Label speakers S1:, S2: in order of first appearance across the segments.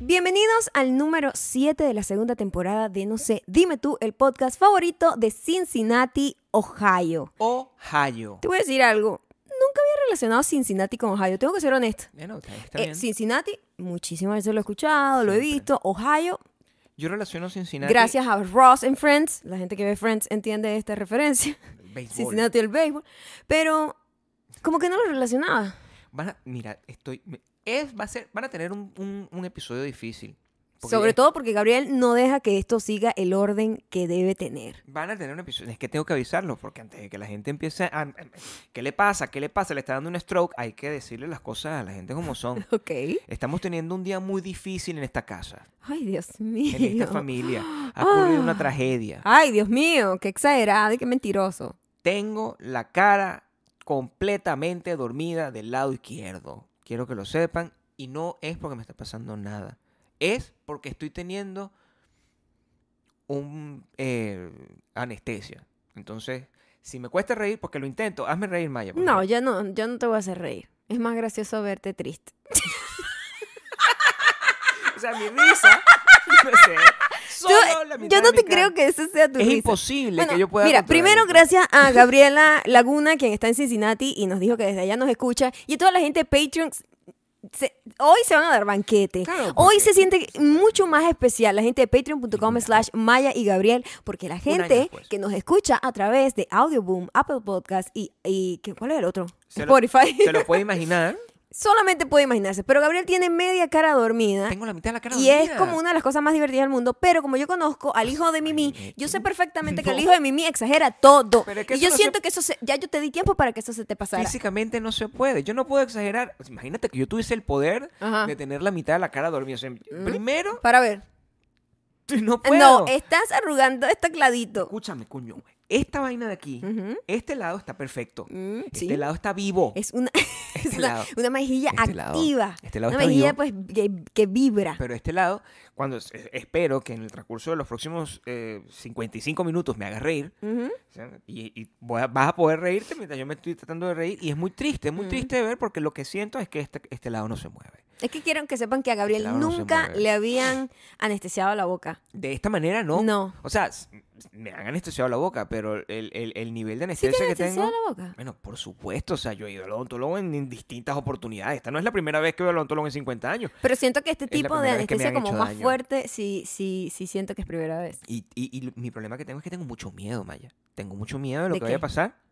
S1: Bienvenidos al número 7 de la segunda temporada de No sé, dime tú, el podcast favorito de Cincinnati, Ohio.
S2: Ohio.
S1: Te voy a decir algo. Nunca había relacionado Cincinnati con Ohio, tengo que ser honesta.
S2: Bueno, está- está
S1: Eh,
S2: bien.
S1: Cincinnati, muchísimas veces lo he escuchado, lo he
S2: Siempre.
S1: visto. Ohio,
S2: Yo relaciono Cincinnati.
S1: gracias a Ross en Friends, la gente que ve Friends entiende esta referencia.
S2: béisbol.
S1: Cincinnati, el béisbol. Pero, como que no lo relacionaba.
S2: Van a- mira, estoy. me- Es, va a ser, van a tener un, un- un episodio difícil. Porque
S1: Sobre
S2: es-
S1: todo porque Gabriel no deja que esto siga el orden que debe tener.
S2: Van a tener un episodio. Es que tengo que avisarlo, porque antes de que la gente empiece a. a- ¿Qué le pasa? ¿Qué le pasa? Le está dando un stroke. Hay que decirle las cosas a la gente como son.
S1: Ok.
S2: Estamos teniendo un día muy difícil en esta casa,
S1: Ay, Dios mío.
S2: en esta familia.
S1: Ah.
S2: Ha ocurrido una tragedia.
S1: Ay, Dios mío, qué exagerado y qué mentiroso.
S2: Tengo la cara completamente dormida del lado izquierdo. Quiero que lo sepan. Y no es porque me está pasando nada. Es porque estoy teniendo un eh, anestesia. Entonces, si me cuesta reír, porque lo intento, hazme reír, Maya. por
S1: No,
S2: favor.
S1: ya no, yo no te voy a hacer reír. Es más gracioso verte triste.
S2: O sea, mi risa. no sé, solo la mitad
S1: yo
S2: de
S1: no
S2: mi
S1: te
S2: cara.
S1: creo que ese sea tu
S2: Es
S1: risa.
S2: imposible
S1: Bueno,
S2: que yo pueda.
S1: mira, primero
S2: gracias
S1: gracias a Gabriela Laguna, quien está en Cincinnati y nos dijo que desde allá nos escucha, y a toda la gente de Patreon. se- hoy se van a dar banquete.
S2: Claro,
S1: hoy
S2: porque-
S1: se siente mucho más especial la gente de patreon.com
S2: Mira.
S1: slash Maya y Gabriel, porque la gente
S2: año después.
S1: que nos escucha a través de Audioboom, Apple Podcast y, y ¿qué- ¿cuál es el otro?
S2: Se lo-
S1: Spotify.
S2: Se lo puede imaginar.
S1: Solamente puede imaginarse, pero Gabriel tiene media cara dormida.
S2: Tengo la mitad de la cara
S1: Y es
S2: dormida.
S1: como una de las cosas más divertidas del mundo. Pero como yo conozco al hijo de Mimi,
S2: imagínate.
S1: yo sé perfectamente que el
S2: No.
S1: hijo de Mimi exagera todo.
S2: Pero es
S1: y
S2: que eso
S1: yo
S2: no se-
S1: siento que eso se- ya yo te di tiempo para que eso se te pasara.
S2: Físicamente no se puede. Yo no puedo exagerar. Pues, Imagínate que yo tuviese el poder
S1: Ajá.
S2: de tener la mitad de la cara dormida. O sea, Primero,
S1: Para ver.
S2: no puedo.
S1: No, estás arrugando, está cladito.
S2: Escúchame, coño. Esta vaina de aquí,
S1: Ujú.
S2: este lado está perfecto.
S1: Mm,
S2: este
S1: sí.
S2: lado está vivo.
S1: Es una, es una,
S2: lado.
S1: una mejilla
S2: Este lado.
S1: activa.
S2: Este lado
S1: una
S2: está
S1: mejilla
S2: vivo.
S1: pues que, que vibra.
S2: Pero este lado, cuando es- espero que en el transcurso de los próximos eh, 55 minutos me haga reír,
S1: Ujú.
S2: o sea, y, y voy a- vas a poder reírte mientras yo me estoy tratando de reír. Y es muy triste, es
S1: Mm.
S2: muy triste de ver porque lo que siento es que este, este lado no se mueve.
S1: Es que quiero que sepan que a Gabriel
S2: este lado no se
S1: nunca
S2: mueve.
S1: le habían anestesiado la boca.
S2: De esta manera no.
S1: No.
S2: O sea, s- s- me han anestesiado la boca, pero el, el- el nivel de
S1: ¿Sí te
S2: anestesia que tengo.
S1: anestesiado la boca?
S2: Bueno, por supuesto, o sea, yo he ido al odontólogo en, en distintas oportunidades. Esta no es la primera vez que veo al odontólogo en 50 años.
S1: Pero siento que este
S2: Es la
S1: tipo de
S2: primera vez que me
S1: anestesia
S2: han
S1: como
S2: hecho
S1: más
S2: daño.
S1: fuerte, sí, sí, sí siento que es primera vez.
S2: Y, y- y lo- mi problema que tengo es que tengo mucho miedo, Maya. Tengo mucho miedo de lo
S1: ¿De
S2: que vaya
S1: qué?
S2: a pasar.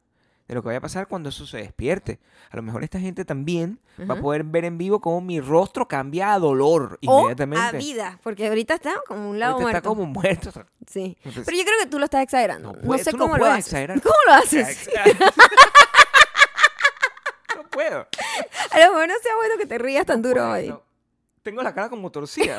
S2: De lo que vaya a pasar cuando eso se despierte. A lo mejor esta gente también va a
S1: Ajá.
S2: poder ver en vivo cómo mi rostro cambia a dolor
S1: O a
S2: inmediatamente.
S1: vida, porque ahorita está como un lado
S2: Ahorita
S1: muerto.
S2: está como muerto. o sea,
S1: Sí.
S2: Entonces-
S1: Pero yo creo que tú lo estás exagerando.
S2: No
S1: No,
S2: puedes,
S1: sé
S2: tú no
S1: cómo lo
S2: puedes
S1: haces.
S2: exagerar.
S1: ¿Cómo lo haces?
S2: no puedo.
S1: A lo mejor no sea bueno que te rías tan duro hoy.
S2: Bueno, Tengo la cara como torcida.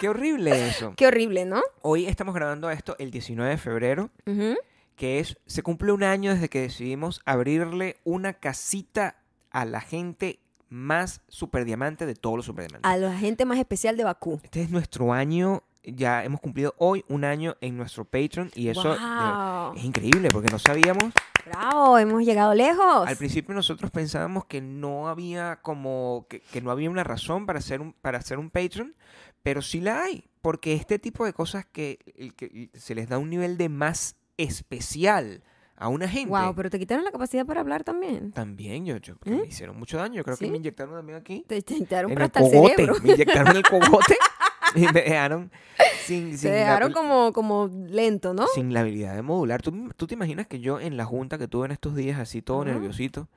S2: Qué horrible eso.
S1: Qué horrible, ¿no?
S2: Hoy estamos grabando esto el 19 de febrero,
S1: Ujú.
S2: que es se cumple un año desde que decidimos abrirle una casita a la gente más superdiamante de todos los superdiamantes.
S1: A la gente más especial de Bakú.
S2: Este es nuestro año, ya hemos cumplido hoy un año en nuestro Patreon y eso de- eh,
S1: ¡Wow!
S2: es increíble porque no sabíamos
S1: ¡Bravo! Hemos llegado lejos.
S2: Al principio nosotros pensábamos que no había como que, que no había una razón para hacer un para hacer un Patreon, pero sí la hay, porque este tipo de cosas que, el que se les da un nivel de más especial a una gente.
S1: Wow, pero te quitaron la capacidad para hablar también.
S2: También yo, yo- porque
S1: ¿Eh?
S2: me hicieron mucho daño, yo creo
S1: ¿Sí?
S2: que me inyectaron también aquí
S1: Te te quitaron
S2: en
S1: para
S2: el
S1: hasta el
S2: cogote,
S1: cerebro.
S2: me inyectaron el cogote y me dejaron sin,
S1: Te
S2: sin la-
S1: dejaron como, como lento, ¿no?
S2: sin la habilidad de modular. ¿Tú, tú te imaginas que yo en la junta que tuve en estos días, así todo
S1: Ajá.
S2: nerviosito,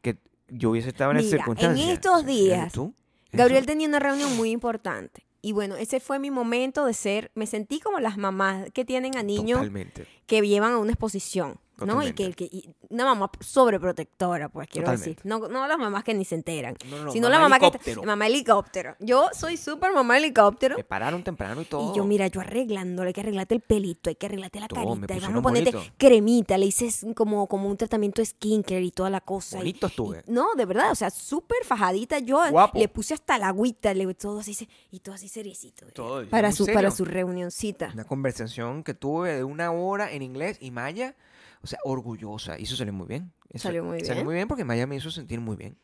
S2: que yo hubiese estado en
S1: Mira,
S2: esa
S1: en
S2: circunstancia?
S1: estos días,
S2: ¿Tú?
S1: Gabriel
S2: Eso-
S1: tenía una reunión muy importante. Y bueno, ese fue mi momento de ser, me sentí como las mamás que tienen a niños
S2: Totalmente.
S1: que llevan a una exposición, ¿no? Y que,
S2: Totalmente.
S1: que- y una mamá sobreprotectora, pues quiero decir.
S2: Totalmente.
S1: No, no las mamás que ni se enteran,
S2: No, no, no,
S1: sino
S2: mamá
S1: la mamá que
S2: helicóptero.
S1: está, mamá helicóptero. Yo soy súper mamá helicóptero.
S2: Me pararon temprano y todo.
S1: Y yo, mira, yo arreglándole, hay que arreglarte el pelito, hay que arreglarte la
S2: Todo, me
S1: carita, y vamos a
S2: pusieron
S1: ponerte
S2: bonito.
S1: cremita, le hice como, como un tratamiento de skincare y toda la cosa. y-
S2: Bonito estuve.
S1: y- no, de verdad, o sea, súper fajadita. Yo
S2: Guapo.
S1: le puse hasta la agüita, le, todo así, se- y todo así seriecito. eh,
S2: Todo, yo,
S1: para,
S2: muy
S1: su, para
S2: serio.
S1: su reunioncita.
S2: Una conversación que tuve de una hora en inglés y Maya, o sea, orgullosa. Y eso salió muy bien. Eso
S1: Salió muy bien.
S2: Salió muy bien porque Maya me hizo sentir muy bien.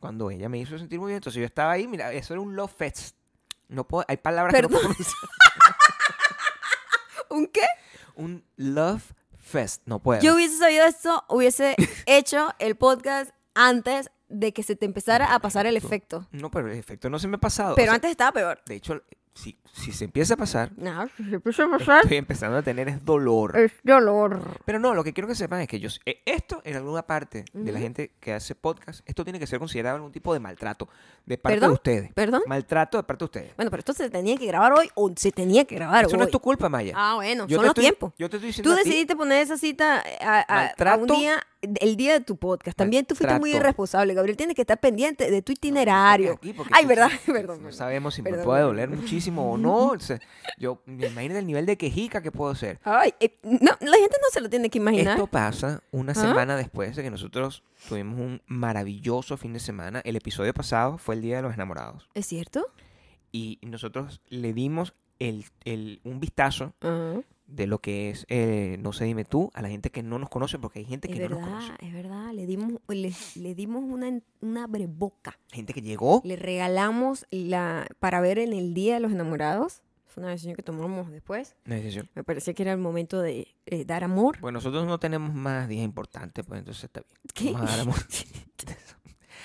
S2: Cuando ella me hizo sentir muy bien, entonces yo estaba ahí, mira, eso era un love fest. No puedo, hay palabras que no puedo pronunciar.
S1: ¿Un qué?
S2: Un love fest. No puedo.
S1: Yo hubiese sabido esto, hubiese hecho el podcast antes de que se te empezara a pasar el efecto.
S2: No, pero el efecto no se me ha pasado. O
S1: Pero
S2: sea,
S1: antes estaba peor.
S2: De hecho, si, si se empieza a pasar,
S1: No, si se empieza a pasar,
S2: estoy empezando a tener es dolor.
S1: es dolor.
S2: Pero no, lo que quiero que sepan es que yo, eh, esto en alguna parte de la
S1: Ujú.
S2: gente que hace podcast, esto tiene que ser considerado algún tipo de maltrato de parte
S1: ¿Perdón?
S2: de ustedes.
S1: ¿Perdón?
S2: Maltrato de parte de ustedes.
S1: Bueno, pero esto se tenía que grabar hoy o se tenía que grabar
S2: Eso
S1: hoy.
S2: no es tu culpa, Maya.
S1: Ah, bueno,
S2: Yo
S1: son
S2: te
S1: los
S2: estoy-
S1: tiempos.
S2: Yo te estoy diciendo
S1: Tú
S2: a ti,
S1: decidiste poner esa cita a, a- a un
S2: Maltrato.
S1: día, el día de tu podcast. También tú fuiste muy
S2: Maltrato.
S1: irresponsable, Gabriel. Tienes que estar pendiente de tu
S2: Ven
S1: itinerario.
S2: aquí, porque
S1: Ay,
S2: tú-
S1: ¿verdad?
S2: tú-
S1: Perdón.
S2: No
S1: perdón.
S2: sabemos si me
S1: Perdón,
S2: puede
S1: perdón.
S2: doler muchísimo o no. O sea, yo me imagino el nivel de quejica que puedo ser.
S1: Ay, eh, no, la gente no se lo tiene que imaginar.
S2: Esto pasa una
S1: ¿Ah?
S2: semana después de que nosotros tuvimos un maravilloso fin de semana. El episodio pasado fue el Día de los Enamorados.
S1: ¿Es cierto?
S2: Y nosotros le dimos el- el- un vistazo
S1: Ah,
S2: de lo que es, eh, no sé, dime tú, a la gente que no nos conoce, porque hay gente
S1: es
S2: que no nos conoce.
S1: verdad, es verdad. Le dimos, le, le dimos una, en- una breboca.
S2: Gente que llegó
S1: Le regalamos la para ver en el Día de los Enamorados. Fue una decisión que tomamos después.
S2: una decisión.
S1: Me parecía que era el momento de eh, dar amor.
S2: Bueno, nosotros no tenemos más días importantes, pues entonces está bien.
S1: ¿Qué?
S2: Vamos a dar amor.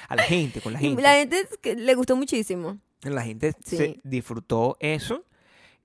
S2: a la gente, con la
S1: Y
S2: gente.
S1: La gente es que le gustó muchísimo.
S2: La gente se
S1: Sí.
S2: disfrutó eso.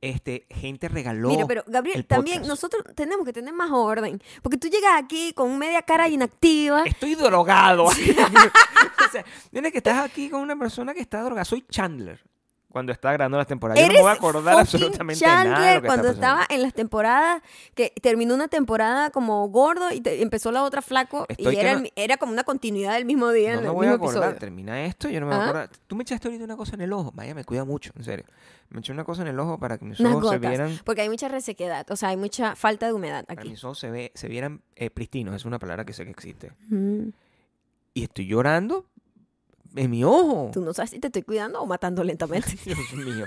S2: Este, gente regaló.
S1: Mira, pero Gabriel,
S2: el
S1: también
S2: podcast.
S1: nosotros tenemos que tener más orden. Porque tú llegas aquí con media cara inactiva.
S2: Estoy drogado. o sea, mira que estás aquí con una persona que está drogada. Soy Chandler. Cuando está grabando las temporadas. Yo no me voy a acordar
S1: fucking
S2: absolutamente de nada de lo
S1: Chandler
S2: que
S1: cuando
S2: está pasando.
S1: estaba en las temporadas, que terminó una temporada como gordo y te- empezó la otra flaco.
S2: Estoy
S1: y
S2: que
S1: era,
S2: no-
S1: el mi- era como una continuidad del mismo día
S2: No
S1: en
S2: me
S1: el
S2: voy a
S1: mismo
S2: acordar.
S1: episodio. Ah.
S2: Termina esto, yo no me voy a
S1: Ajá.
S2: acordar. Tú me echaste ahorita una cosa en el ojo. Vaya, me cuida mucho, en serio. Me eché una cosa en el ojo para que mis
S1: Unas
S2: ojos se
S1: gotas.
S2: vieran.
S1: Porque hay mucha resequedad, o sea, hay mucha falta de humedad
S2: Para
S1: aquí.
S2: mis ojos se, ve, se vieran eh, pristinos. Es una palabra que sé que existe.
S1: Mm.
S2: Y estoy llorando en mi ojo.
S1: Tú no sabes si te estoy cuidando o matando lentamente.
S2: Dios mío.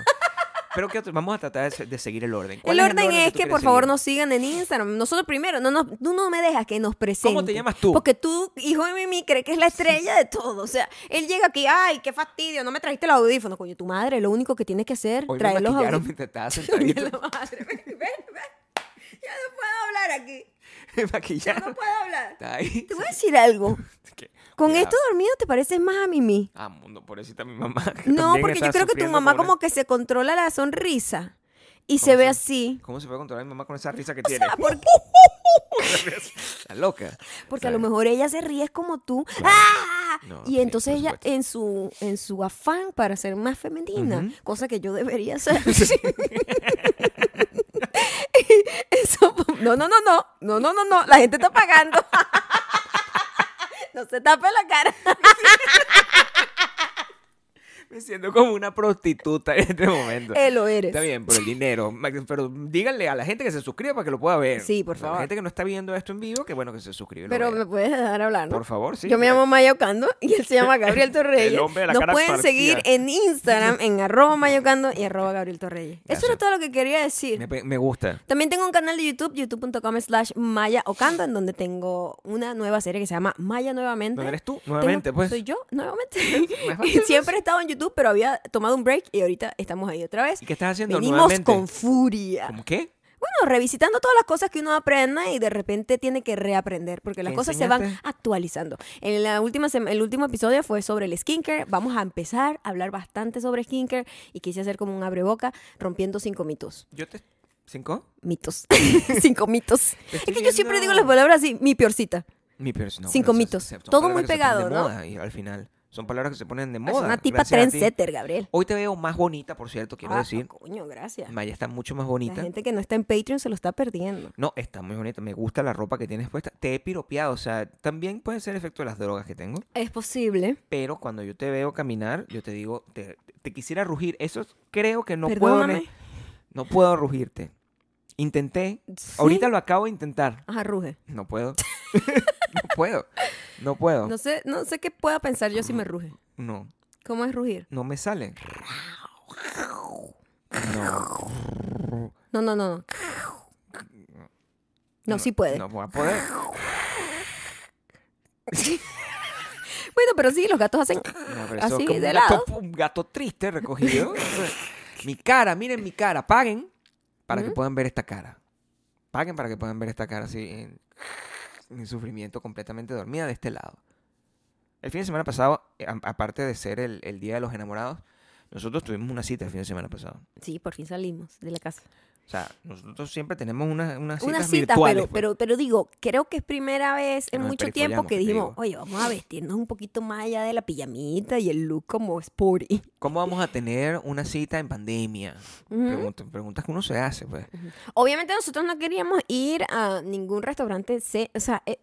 S2: Pero que vamos a tratar de, se- de seguir el orden. ¿Cuál
S1: El orden es,
S2: tú
S1: que
S2: quieres
S1: por favor
S2: seguir?
S1: nos sigan en Instagram. Nosotros primero, no, nos- tú no me dejas que nos presentes.
S2: ¿Cómo te llamas tú?
S1: Porque tú, hijo de Mimi, cree que es la estrella de todo. O sea, él llega aquí, ay, qué fastidio, no me trajiste los audífonos. Coño, tu madre, lo único que tienes que hacer
S2: Hoy
S1: es
S2: me
S1: traer los
S2: maquillaron
S1: audífonos.
S2: mientras estaba
S1: Coño,
S2: sentadito.
S1: la madre, ven, ven, ven. Ya no puedo hablar aquí.
S2: Me
S1: Yo
S2: maquillaron.
S1: no puedo hablar.
S2: Está ahí.
S1: Te voy a decir algo.
S2: Que-
S1: Con
S2: cuidado.
S1: esto dormido te pareces más a Mimi.
S2: Ah, mundo, pobrecita mi mamá. que
S1: No,
S2: también
S1: porque yo
S2: estaba
S1: creo que tu
S2: sufriendo
S1: mamá
S2: con
S1: como que se controla la sonrisa y
S2: ¿Cómo
S1: se ve
S2: se-
S1: así.
S2: una- ¿Cómo se puede controlar a mi mamá con esa risa que
S1: O
S2: tiene?
S1: sea, ¿por qué?
S2: Está loca.
S1: Porque a
S2: ¿Sabes?
S1: lo mejor ella se ríe es como tú.
S2: Claro.
S1: ¡Ah!
S2: No, sí,
S1: y entonces
S2: por
S1: ella
S2: supuesto.
S1: en su en su afán para ser más femenina,
S2: Ujú.
S1: cosa que yo debería ser. Eso- no, no, no, no. No, no, no, no. La gente está pagando. no se tape la cara.
S2: Me siento como una prostituta en este momento.
S1: Eh, lo eres.
S2: Está bien, por el dinero. Ma- Pero díganle a la gente que se suscriba para que lo pueda ver.
S1: Sí, por
S2: A
S1: favor.
S2: La gente que no está viendo esto en vivo, que bueno que se suscribe. y lo
S1: Pero
S2: vea.
S1: me puedes dejar hablar, ¿no?
S2: Por favor, sí.
S1: Yo me llamo Mayocando y él se llama Gabriel Torreyes.
S2: El hombre de la
S1: Nos
S2: cara
S1: pueden
S2: partida.
S1: seguir en Instagram, en arroba Mayocando y arroba Gabriel Torreyes. Eso
S2: Gracias.
S1: era todo lo que quería decir.
S2: Me, me gusta.
S1: También tengo un canal de YouTube, youtube.com slash Maya Ocando, en donde tengo una nueva serie que se llama Maya Nuevamente.
S2: ¿No eres tú?
S1: Tengo-
S2: Nuevamente, pues.
S1: Soy yo, nuevamente.
S2: Más fácil, pues.
S1: Siempre he estado en YouTube, pero había tomado un break y ahorita estamos ahí otra vez.
S2: ¿Y qué estás haciendo
S1: Venimos
S2: nuevamente?
S1: con furia.
S2: ¿Cómo qué?
S1: Bueno, revisitando todas las cosas que uno aprende y de repente tiene que reaprender porque las
S2: ¿Qué
S1: cosas se van
S2: enseñaste?
S1: actualizando. En la última sema- el último episodio fue sobre el skincare. Vamos a empezar a hablar bastante sobre skincare y quise hacer como un abreboca rompiendo cinco mitos
S2: Yo te... ¿Cinco?
S1: mitos. cinco mitos.
S2: Te
S1: Es que
S2: estoy
S1: yo siempre digo
S2: viendo-
S1: las palabras así, mi peorcita.
S2: Mi pers- no,
S1: Cinco
S2: pero
S1: mitos.
S2: son
S1: Todo
S2: palabras
S1: muy
S2: que se ponen
S1: pegado,
S2: de
S1: ¿no?
S2: moda y al final. Son palabras que se ponen de
S1: Es
S2: moda.
S1: una tipa
S2: gracias a ti.
S1: trendsetter, Gabriel.
S2: Hoy te veo más bonita, por cierto, quiero
S1: Ah,
S2: decir.
S1: Coño, gracias.
S2: Maya está mucho más
S1: La
S2: bonita.
S1: gente que no está en Patreon se lo está perdiendo.
S2: No, está muy bonita. Me gusta la ropa que tienes puesta. Te he piropeado. O sea, también puede ser efecto de las drogas que tengo.
S1: Es posible.
S2: Pero cuando yo te veo caminar, yo te digo, te, te quisiera rugir. Eso es- creo que no puedo.
S1: Perdóname.
S2: ne- No puedo rugirte. Intenté.
S1: Sí.
S2: Ahorita lo acabo de intentar.
S1: Ajá, ruge.
S2: No puedo. no puedo. No puedo.
S1: No sé, no sé qué pueda pensar yo si me ruge.
S2: No.
S1: ¿Cómo es rugir?
S2: No me sale. No.
S1: No, no, no, no. No, sí puede.
S2: No voy a poder.
S1: Bueno, pero sí, los gatos hacen.
S2: No, pero eso
S1: Así,
S2: es como
S1: de
S2: un gato,
S1: lado.
S2: un gato triste recogido. Mi cara, miren mi cara, paguen para que
S1: Ujú.
S2: puedan ver esta cara. Paguen para que puedan ver esta cara así en, en sufrimiento completamente dormida de este lado. El fin de semana pasado, eh, a- aparte de ser el, el Día de los Enamorados, nosotros tuvimos una cita el fin de semana pasado.
S1: Sí, por fin salimos de la casa.
S2: O sea, nosotros siempre tenemos una, unas citas
S1: Una cita,
S2: virtuales.
S1: pero,
S2: pues.
S1: pero, pero digo, creo que es primera vez
S2: Que
S1: en
S2: nos
S1: mucho tiempo
S2: emperifollamos,
S1: que
S2: que te
S1: dijimos,
S2: digo.
S1: oye, vamos a vestirnos un poquito más allá de la pijamita y el look como sporty.
S2: ¿Cómo vamos a tener una cita en pandemia?
S1: Ujú.
S2: Pregunta- preguntas que uno se hace, pues.
S1: Obviamente nosotros no queríamos ir a ningún restaurante, se- o sea, eh,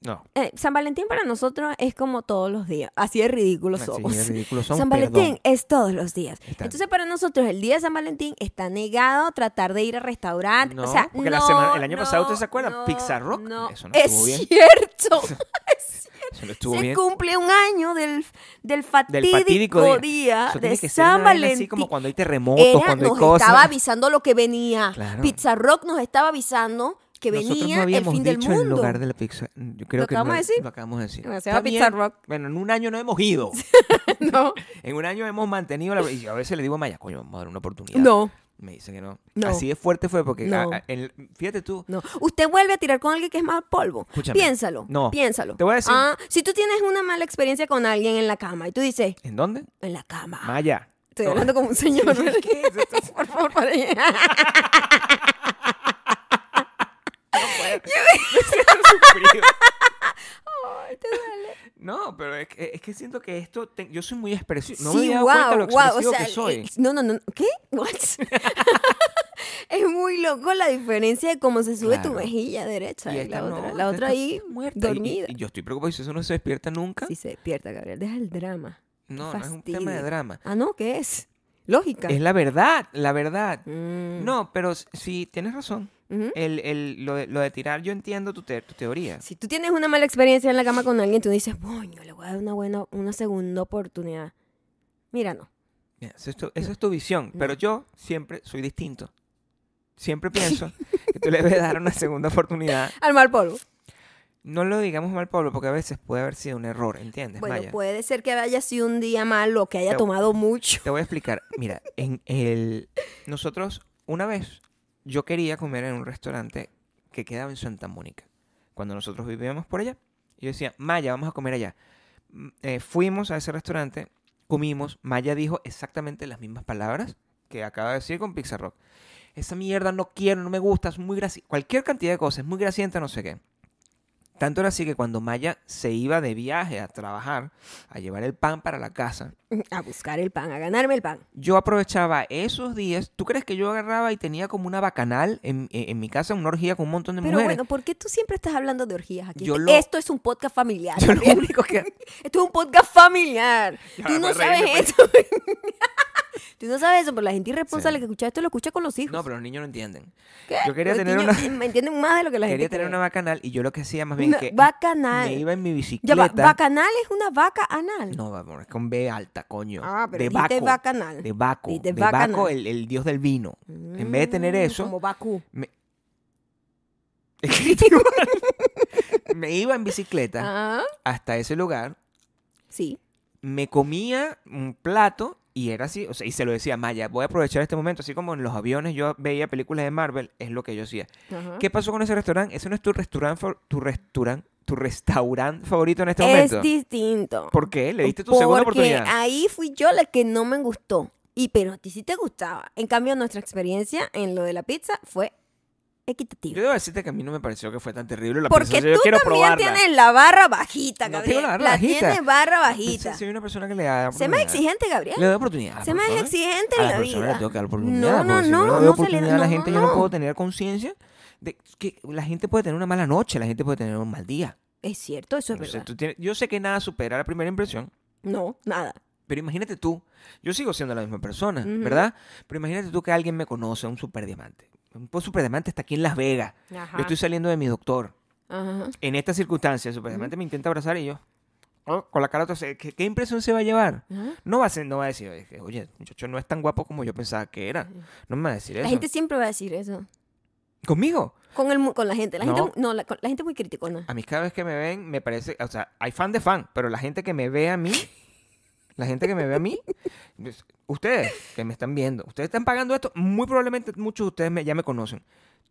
S2: No.
S1: eh, San Valentín para nosotros es como todos los días, así de ridículo
S2: Así,
S1: somos.
S2: es ridículo, somos,
S1: San Valentín
S2: perdón.
S1: es todos los días.
S2: Está-
S1: Entonces para nosotros el día de San Valentín está negado tratar de ir a restaurantes.
S2: No,
S1: o sea,
S2: porque la
S1: no,
S2: semana- el año pasado,
S1: no,
S2: ¿ustedes se acuerdan?
S1: no,
S2: Pizza Rock.
S1: no.
S2: Eso no
S1: es
S2: estuvo bien.
S1: cierto.
S2: Se lo estuvo
S1: se
S2: bien.
S1: cumple un año del, del fatídico,
S2: fatídico
S1: día,
S2: día. Eso tiene
S1: de
S2: que ser una
S1: San
S2: vaina
S1: Valentín.
S2: Así como cuando hay terremotos,
S1: Era-
S2: cuando hay
S1: nos estaba
S2: cosas.
S1: avisando lo que venía.
S2: Claro.
S1: Pizza Rock nos estaba avisando que
S2: Nosotros
S1: venía el
S2: no habíamos
S1: fin del
S2: dicho el
S1: mundo.
S2: lugar de la pizza. Yo creo
S1: ¿Lo
S2: que
S1: acabamos
S2: no-
S1: de decir?
S2: Lo acabamos de decir.
S1: Bueno, se llama
S2: Está
S1: Pizza
S2: bien.
S1: Rock.
S2: Bueno, en un año no hemos ido.
S1: no,
S2: En un año hemos mantenido la. Y yo a veces le digo a Maya, coño, vamos a dar una oportunidad.
S1: no,
S2: Me dice que no.
S1: No.
S2: Así de fuerte fue porque.
S1: No.
S2: a- a- el- fíjate tú.
S1: no. Usted vuelve a tirar con alguien que es más polvo.
S2: Escúchame.
S1: Piénsalo.
S2: No.
S1: Piénsalo.
S2: Te voy a decir-
S1: Ah, si tú tienes una mala experiencia con alguien en la cama y tú dices,
S2: ¿En dónde?
S1: en la cama.
S2: Maya.
S1: Estoy
S2: No.
S1: hablando como un señor. ¿verdad? Por favor, para
S2: No, pero es que, es que siento que esto. te- yo soy muy expresivo. No
S1: sí,
S2: me había dado
S1: wow,
S2: cuenta lo
S1: wow,
S2: expresivo
S1: o sea,
S2: que soy.
S1: eh, no, no, no, ¿qué? What? es muy loco la diferencia de cómo se sube tu
S2: Claro.
S1: mejilla derecha y,
S2: esta
S1: la otra,
S2: no,
S1: la
S2: esta
S1: otra
S2: está
S1: ahí
S2: muerta. Y- y-
S1: dormida.
S2: Y, yo estoy preocupado. Si eso no se despierta nunca.
S1: Si se despierta, Gabriel, deja el drama.
S2: no, no es un
S1: fastidio.
S2: tema de drama.
S1: Ah, no, ¿qué es? Lógica.
S2: Es la verdad, la verdad.
S1: Mm,
S2: No, pero s- sí, tienes razón.
S1: ujú.
S2: El, el- lo, de, lo de tirar, yo entiendo tu, te- tu teoría.
S1: Si tú tienes una mala experiencia en la cama con alguien, tú dices, boño, le voy a dar una buena, una segunda oportunidad. Mira, no.
S2: Mira, eso es tu- esa es tu visión. Pero
S1: No.
S2: yo siempre soy distinto. Siempre pienso que tú le debes dar una segunda oportunidad.
S1: Al mal polvo.
S2: No lo digamos mal, Pablo, porque a veces puede haber sido un error, ¿entiendes?
S1: Bueno,
S2: Maya?
S1: puede ser que haya sido un día malo, que haya
S2: Te-
S1: tomado mucho.
S2: Te voy a explicar. Mira, en el nosotros una vez yo quería comer en un restaurante que quedaba en Santa Mónica. Cuando nosotros vivíamos por allá, yo decía, Maya, vamos a comer allá. Mm, eh, fuimos a ese restaurante, comimos. Maya dijo exactamente las mismas palabras que acaba de decir con Pizza Rock. Esa mierda no quiero, no me gusta, es muy grasienta. Cualquier cantidad de cosas, es muy grasienta, no sé qué. Tanto era así que cuando Maya se iba de viaje a trabajar, a llevar el pan para la casa,
S1: a buscar el pan, a ganarme el pan.
S2: yo aprovechaba esos días. ¿Tú crees que yo agarraba y tenía como una bacanal en, en- en mi casa, una orgía con un montón de
S1: Pero
S2: mujeres?
S1: bueno, ¿por qué tú siempre estás hablando de orgías aquí?
S2: Yo
S1: Te-
S2: lo-
S1: Esto es un podcast familiar.
S2: Yo lo
S1: Gabriel.
S2: único que-
S1: Esto es un podcast familiar.
S2: Ya,
S1: tú no
S2: pues,
S1: sabes
S2: reírme,
S1: eso. tú no sabes eso, pero la gente irresponsable
S2: Sí.
S1: que escucha esto lo escucha con los hijos.
S2: no, pero los niños no entienden.
S1: pues, ¿Qué?
S2: Yo quería
S1: Los
S2: tener
S1: niños
S2: una
S1: Me entienden más de lo que la
S2: quería
S1: gente
S2: tener
S1: cree.
S2: una bacanal y yo lo que hacía más bien
S1: Una
S2: que
S1: bacanal.
S2: me iba en mi
S1: Ya
S2: bicicleta.
S1: va, bacanal es una vaca anal.
S2: No, vamos, es con B alta, coño.
S1: Ah, pero
S2: de
S1: dijiste
S2: Baco.
S1: bacanal.
S2: De Baco.
S1: Dijiste
S2: De Baco,
S1: bacanal.
S2: el, el dios del vino. En vez de tener
S1: Mm,
S2: eso,
S1: Como Bakú.
S2: me... Escribí igual. me iba en bicicleta
S1: Ah,
S2: hasta ese lugar
S1: sí.
S2: me comía un plato y era así, o sea, y se lo decía, Maya, voy a aprovechar este momento, así como en los aviones yo veía películas de Marvel, es lo que yo hacía.
S1: Ajá.
S2: ¿Qué pasó con ese restaurante? Ese no es tu restaurante, fa- tu restaurante, tu restaurante favorito en este
S1: es
S2: momento.
S1: distinto.
S2: ¿Por qué? Le diste tu segunda
S1: Porque
S2: oportunidad.
S1: Ahí fui yo la que no me gustó. Y pero a ti sí te gustaba. En cambio, nuestra experiencia en lo de la pizza fue
S2: Yo
S1: equitativa.
S2: debo decirte que a mí no me pareció que fue tan terrible la
S1: Porque
S2: pizza, o sea,
S1: tú
S2: yo quiero
S1: también
S2: probarla.
S1: tienes la barra bajita,
S2: No
S1: Gabriel.
S2: tengo la barra bajita.
S1: tienes barra
S2: La pizza,
S1: bajita.
S2: soy una persona que le da
S1: Sé más
S2: oportunidad.
S1: exigente, Gabriel.
S2: Le doy oportunidad.
S1: Sé
S2: por
S1: más
S2: favor.
S1: exigente
S2: A
S1: en
S2: la
S1: la
S2: persona
S1: vida.
S2: le tengo que dar
S1: No,
S2: oportunidad.
S1: no,
S2: No, no,
S1: no,
S2: no.
S1: no se le-
S2: oportunidad a la
S1: no,
S2: gente,
S1: no,
S2: yo
S1: no.
S2: no puedo tener conciencia de que la gente puede tener una mala noche, la gente puede tener un mal día.
S1: Es cierto, eso es
S2: Entonces,
S1: verdad.
S2: tú tienes- yo sé que nada supera la primera impresión,
S1: No, nada.
S2: pero imagínate tú, yo sigo siendo la misma persona,
S1: Ujú.
S2: ¿verdad? Pero imagínate tú que alguien me conoce, un super diamante. Un super diamante está aquí en Las Vegas.
S1: Ajá.
S2: Yo estoy saliendo de mi doctor.
S1: Ajá.
S2: En estas circunstancias, super diamante me intenta abrazar y yo, oh, con la cara torcida, ¿qué, ¿qué impresión se va a llevar?
S1: Ajá.
S2: No va a, ser, no va a decir, "Oye, oye, muchacho, no es tan guapo como yo pensaba que era. No me va a decir Ah, eso.
S1: La gente siempre va a decir eso.
S2: ¿Conmigo?
S1: Con, el, mu- con la gente. La
S2: No. Ah,
S1: gente, no, la, con- la gente es muy criticona.
S2: A mí cada vez que me ven, me parece, o sea, hay fan de fan, pero la gente que me ve a mí la gente que me ve a mí, pues, ustedes que me están viendo, ustedes están pagando esto, muy probablemente muchos de ustedes me- ya me conocen.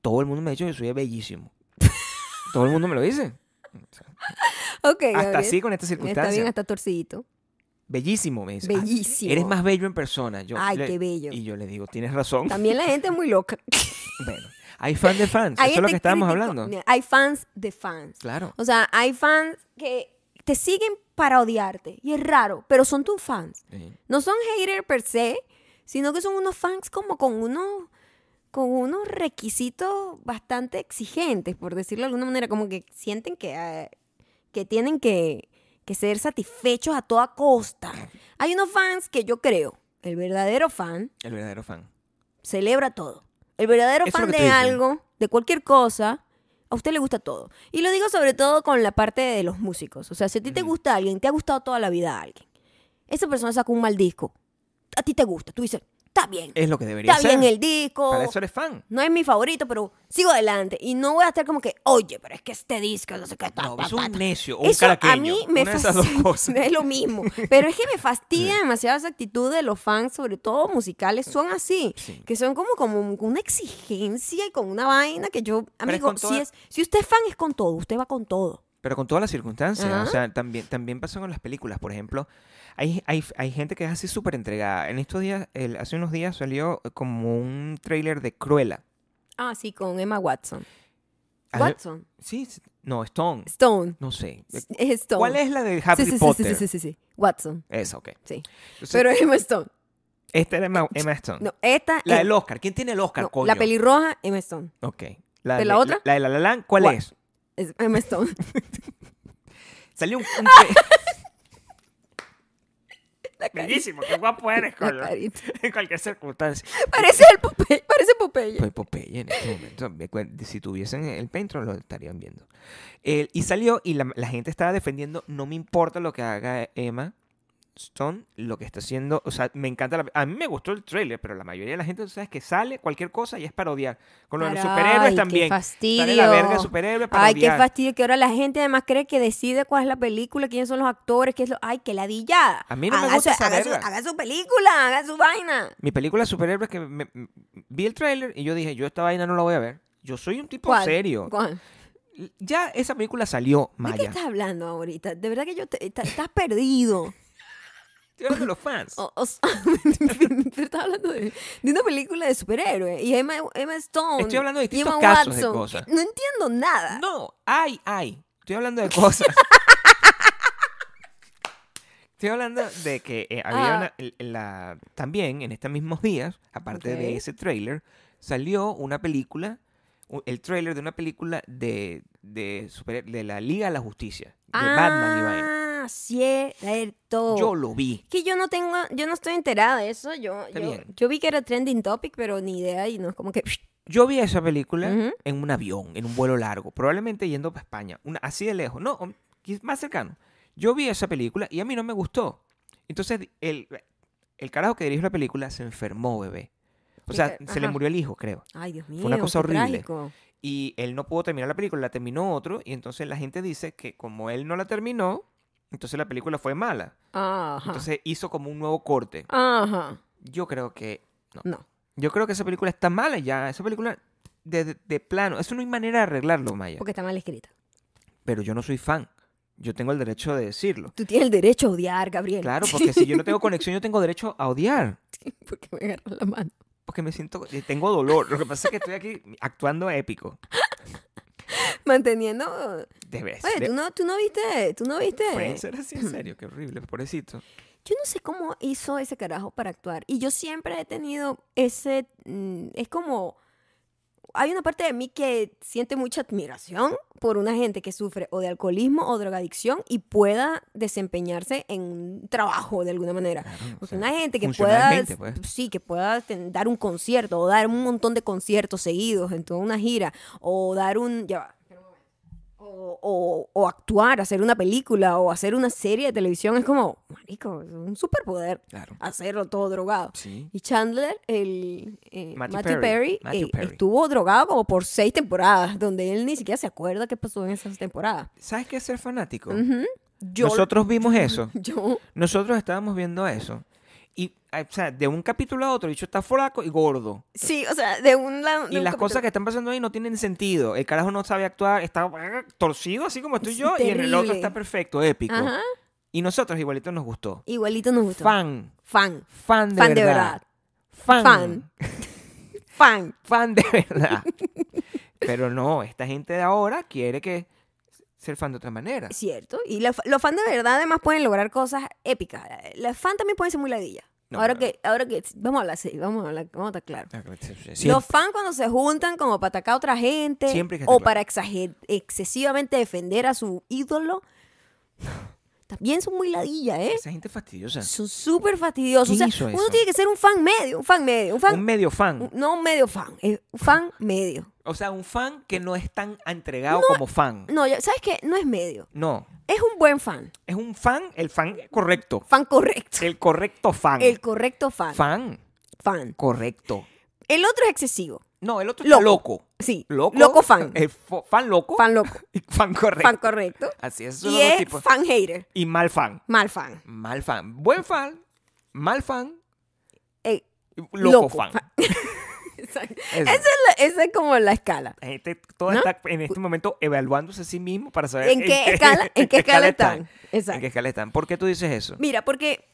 S2: Todo el mundo me ha dicho que soy bellísimo. Todo el mundo me lo dice.
S1: Ok, Gabriel.
S2: Hasta así con esta
S1: Está bien,
S2: circunstancia.
S1: hasta torcidito.
S2: Bellísimo, me dice. Ah,
S1: Bellísimo.
S2: eres más bello en persona. Yo
S1: Ay,
S2: le-
S1: qué bello.
S2: Y yo le digo, tienes razón.
S1: También la gente es muy loca.
S2: Bueno, hay fan de fans.
S1: Hay
S2: Eso es lo
S1: gente
S2: que estábamos
S1: crítico.
S2: hablando.
S1: Mira, hay fans de fans.
S2: Claro.
S1: O sea, hay fans que te siguen para odiarte. Y es raro, pero son tus fans.
S2: Sí.
S1: No son haters per se, sino que son unos fans como con unos con unos requisitos bastante exigentes, por decirlo de alguna manera, como que sienten que, eh, que tienen que, que ser satisfechos a toda costa. Hay unos fans que yo creo, el verdadero fan
S2: El verdadero fan.
S1: celebra todo. El verdadero
S2: Eso es
S1: fan
S2: lo que
S1: de
S2: te dije.
S1: algo, de cualquier cosa, a usted le gusta todo. Y lo digo sobre todo con la parte de los músicos. O sea, si a ti te
S2: Ujú.
S1: gusta alguien, te ha gustado toda la vida alguien. Esa persona sacó un mal disco. A ti te gusta. Tú dices, está bien.
S2: Es lo que debería
S1: Está
S2: ser.
S1: bien el disco.
S2: Eh, Para eso eres fan.
S1: No es mi favorito, pero sigo adelante. Y no voy a estar como que, oye, pero es que este disco, no sé qué, ta,
S2: No,
S1: ta,
S2: es un
S1: ta, ta".
S2: necio, un
S1: Eso
S2: caraqueño.
S1: a mí me
S2: una de esas dos
S1: fastidia,
S2: cosas.
S1: es lo mismo. Pero es que me fastidia demasiado esa actitud de los fans, sobre todo musicales, son así,
S2: Sí.
S1: que son como, como con una exigencia y con una vaina que yo,
S2: Pero es
S1: amigo,
S2: con
S1: si,
S2: toda-
S1: es, si usted es fan es con todo, usted va con todo.
S2: Pero con todas las circunstancias.
S1: Ajá.
S2: O sea, también, también pasa con las películas. Por ejemplo, hay, hay, hay gente que es así súper entregada. En estos días, el- hace unos días salió como un tráiler de Cruella.
S1: Ah, sí, con Emma Watson.
S2: A mí-
S1: Watson.
S2: Sí, sí. no, Stone.
S1: Stone.
S2: No sé.
S1: S- Es Stone.
S2: Eh, ¿Cuál es la de Harry
S1: sí, sí, sí,
S2: Potter?
S1: sí, sí, sí, sí. Watson.
S2: Esa, ok.
S1: Sí.
S2: Entonces,
S1: Pero Emma Stone.
S2: esta era Emma, Emma Stone.
S1: No, esta
S2: La
S1: es-
S2: del Oscar. ¿Quién tiene el Oscar,
S1: no,
S2: coño?
S1: la pelirroja, Emma Stone.
S2: Ok. La
S1: ¿De la otra?
S2: La de La La Land, ¿cuál
S1: ¿Cuál?
S2: es?
S1: Es Emma Stone.
S2: Salió un... un tra-
S1: La carita,
S2: Bellísimo, qué guapo eres,
S1: la
S2: coño.
S1: carita.
S2: En cualquier circunstancia.
S1: Parece el Popeye, parece Popeye.
S2: Pues Popeye en este momento. me cuen- Si tuviesen el Patreon, lo estarían viendo. El- y salió y la, la gente estaba defendiendo, no me importa lo que haga Emma Stone, lo que está haciendo. O sea, me encanta. la- a mí me gustó el trailer, pero la mayoría de la gente, tú sabes, que sale cualquier cosa y es parodiar. Con lo de los
S1: Caray,
S2: superhéroes
S1: qué
S2: también. Sale
S1: fastidio.
S2: la verga de superhéroe para
S1: Ay, qué fastidio que ahora la gente además cree que decide cuál es la película, quiénes son los actores, qué es lo... Ay, qué ladilla.
S2: A mí no me
S1: Haga
S2: gusta
S1: su-
S2: esa
S1: haga su-
S2: verga.
S1: haga su película, haga su vaina.
S2: Mi película de superhéroes que me- me- vi el trailer y yo dije, yo esta vaina no la voy a ver. Yo soy un tipo
S1: ¿Cuál?
S2: serio.
S1: ¿Cuál?
S2: Ya esa película salió,
S1: ¿De qué
S2: Maya.
S1: estás hablando ahorita? De verdad que yo te- está- estás perdido.
S2: Estoy hablando de los fans.
S1: O, o sea, tú estás hablando de, de una película de superhéroes y Emma, Emma Stone.
S2: Estoy hablando de
S1: y Emma
S2: distintos casos de
S1: Watson.
S2: cosas.
S1: No entiendo nada.
S2: No, ay, ay. Estoy hablando de cosas. Estoy hablando de que eh, había
S1: Ah.
S2: una- el- la, también en estos mismos días, aparte de
S1: Ok.
S2: ese tráiler, salió una película, u- el tráiler de una película de, de, super- de la Liga de la Justicia, de Batman y vaina.
S1: ah, cierto.
S2: Yo lo vi.
S1: Que yo no tengo, yo no estoy enterada de eso. Yo,
S2: Está
S1: yo,
S2: bien.
S1: yo vi que era trending topic, pero ni idea y no es como que.
S2: Yo vi esa película
S1: Ujú.
S2: en un avión, en un vuelo largo, probablemente yendo para España, una, así de lejos, no, o- quiz- más cercano. Yo vi esa película y a mí no me gustó. Entonces, di- el, el carajo que dirigió la película se enfermó, bebé. O sea,
S1: Peter,
S2: se le
S1: ajá.
S2: murió el hijo, creo.
S1: Ay, Dios mío.
S2: Fue una
S1: qué
S2: cosa horrible.
S1: trágico.
S2: Y él no pudo terminar la película, la terminó otro, y entonces la gente dice que como él no la terminó, entonces la película fue mala.
S1: Ah. Ajá.
S2: Entonces hizo como un nuevo corte.
S1: Ajá.
S2: Yo creo que
S1: No.
S2: Yo creo que esa película está mala ya. Esa película de, de- de plano. Eso no hay manera de arreglarlo, Maya.
S1: Porque está mal escrita.
S2: Pero yo no soy fan. Yo tengo el derecho de decirlo.
S1: Tú tienes el derecho a odiar, Gabriel.
S2: Claro, porque si yo no tengo conexión, yo tengo derecho a odiar.
S1: Porque me agarró la mano.
S2: Porque me siento. eh, Tengo dolor. Lo que pasa es que estoy aquí actuando épico.
S1: Manteniendo.
S2: De vez.
S1: Oye,
S2: de-
S1: tú no, tú no viste. Tú no viste.
S2: Pueden ser así, en serio. Qué horrible, pobrecito.
S1: Yo no sé cómo hizo ese carajo para actuar. Y yo siempre he tenido ese... mm, Es como... Hay una parte de mí que siente mucha admiración por una gente que sufre o de alcoholismo o drogadicción y pueda desempeñarse en un trabajo de alguna manera.
S2: Claro, o
S1: Porque
S2: sea,
S1: una gente que pueda,
S2: funcionalmente, pues.
S1: sí, que pueda ten- dar un concierto o dar un montón de conciertos seguidos en toda una gira o dar un, ya va, espera un momento. o, o- o actuar, hacer una película o hacer una serie de televisión es como, marico, es un superpoder
S2: Claro.
S1: hacerlo todo drogado.
S2: Sí.
S1: Y Chandler, el eh,
S2: Matthew
S1: Matthew,
S2: Perry,
S1: Perry,
S2: Matthew
S1: eh,
S2: Perry.
S1: estuvo drogado como por seis temporadas, donde él ni siquiera se acuerda qué pasó en esas temporadas.
S2: ¿Sabes qué es ser fanático?
S1: Ujú. Yo,
S2: Nosotros vimos eso.
S1: yo,
S2: Nosotros estábamos viendo eso. Y, eh, o sea, de un capítulo a otro, el bicho está flaco y gordo.
S1: sí, o sea, de un lado.
S2: Y las cosas que están pasando ahí no tienen sentido. El carajo no sabe actuar, está eh, torcido así como estoy
S1: Es
S2: yo, y el otro
S1: terrible.
S2: está perfecto, épico.
S1: Ajá.
S2: Y nosotros igualito nos gustó.
S1: Igualito nos gustó.
S2: Fan,
S1: Fan.
S2: fan de
S1: Fan de
S2: verdad.
S1: verdad.
S2: Fan, fan,
S1: Fan. Fan.
S2: de verdad. Pero no, esta gente de ahora quiere que ser fan de otra manera.
S1: Cierto. Y la- los fans de verdad además pueden lograr cosas épicas. Los fans también pueden ser muy ladillas.
S2: No,
S1: ahora
S2: no,
S1: que, ahora que, vamos a hablar así, vamos a hablar, vamos a estar claros.
S2: Ah,
S1: Los
S2: Siempre.
S1: fans cuando se juntan como para atacar a otra gente
S2: Siempre hay que
S1: o
S2: atacar.
S1: para exager- excesivamente defender a su ídolo, también son muy ladillas, ¿eh?
S2: Esa gente es fastidiosa.
S1: Son súper fastidiosos. O sea,
S2: ¿Quién hizo
S1: uno
S2: eso?
S1: tiene que ser un fan medio, un fan medio, un fan...
S2: Un medio fan.
S1: un- no un medio fan, es un fan medio.
S2: O sea, un fan que no es tan entregado como fan.
S1: No, ya- ¿sabes qué? No es medio.
S2: No.
S1: Es un buen fan.
S2: Es un fan, el fan correcto.
S1: Fan correcto.
S2: El correcto fan.
S1: El correcto fan.
S2: fan
S1: Fan.
S2: correcto.
S1: El otro es excesivo.
S2: No, el otro está loco.
S1: Sí.
S2: Loco.
S1: fan.
S2: Eh, fo- fan loco.
S1: Fan loco.
S2: y fan correcto.
S1: Fan correcto.
S2: Así es. son
S1: Y
S2: los dos
S1: es
S2: tipos.
S1: fan hater.
S2: Y mal fan.
S1: Mal fan.
S2: Mal fan. Buen fan. Mal fan.
S1: Eh,
S2: y Loco,
S1: Loco
S2: fan.
S1: fan. Exacto.
S2: Eso.
S1: Esa es, la- esa es como la escala.
S2: La gente toda
S1: ¿No?
S2: está en este momento evaluándose a sí mismo para saber
S1: ¿En qué escala, en qué escala están?
S2: ¿En qué
S1: Exacto.
S2: escala están? ¿Por qué tú dices eso?
S1: Mira, porque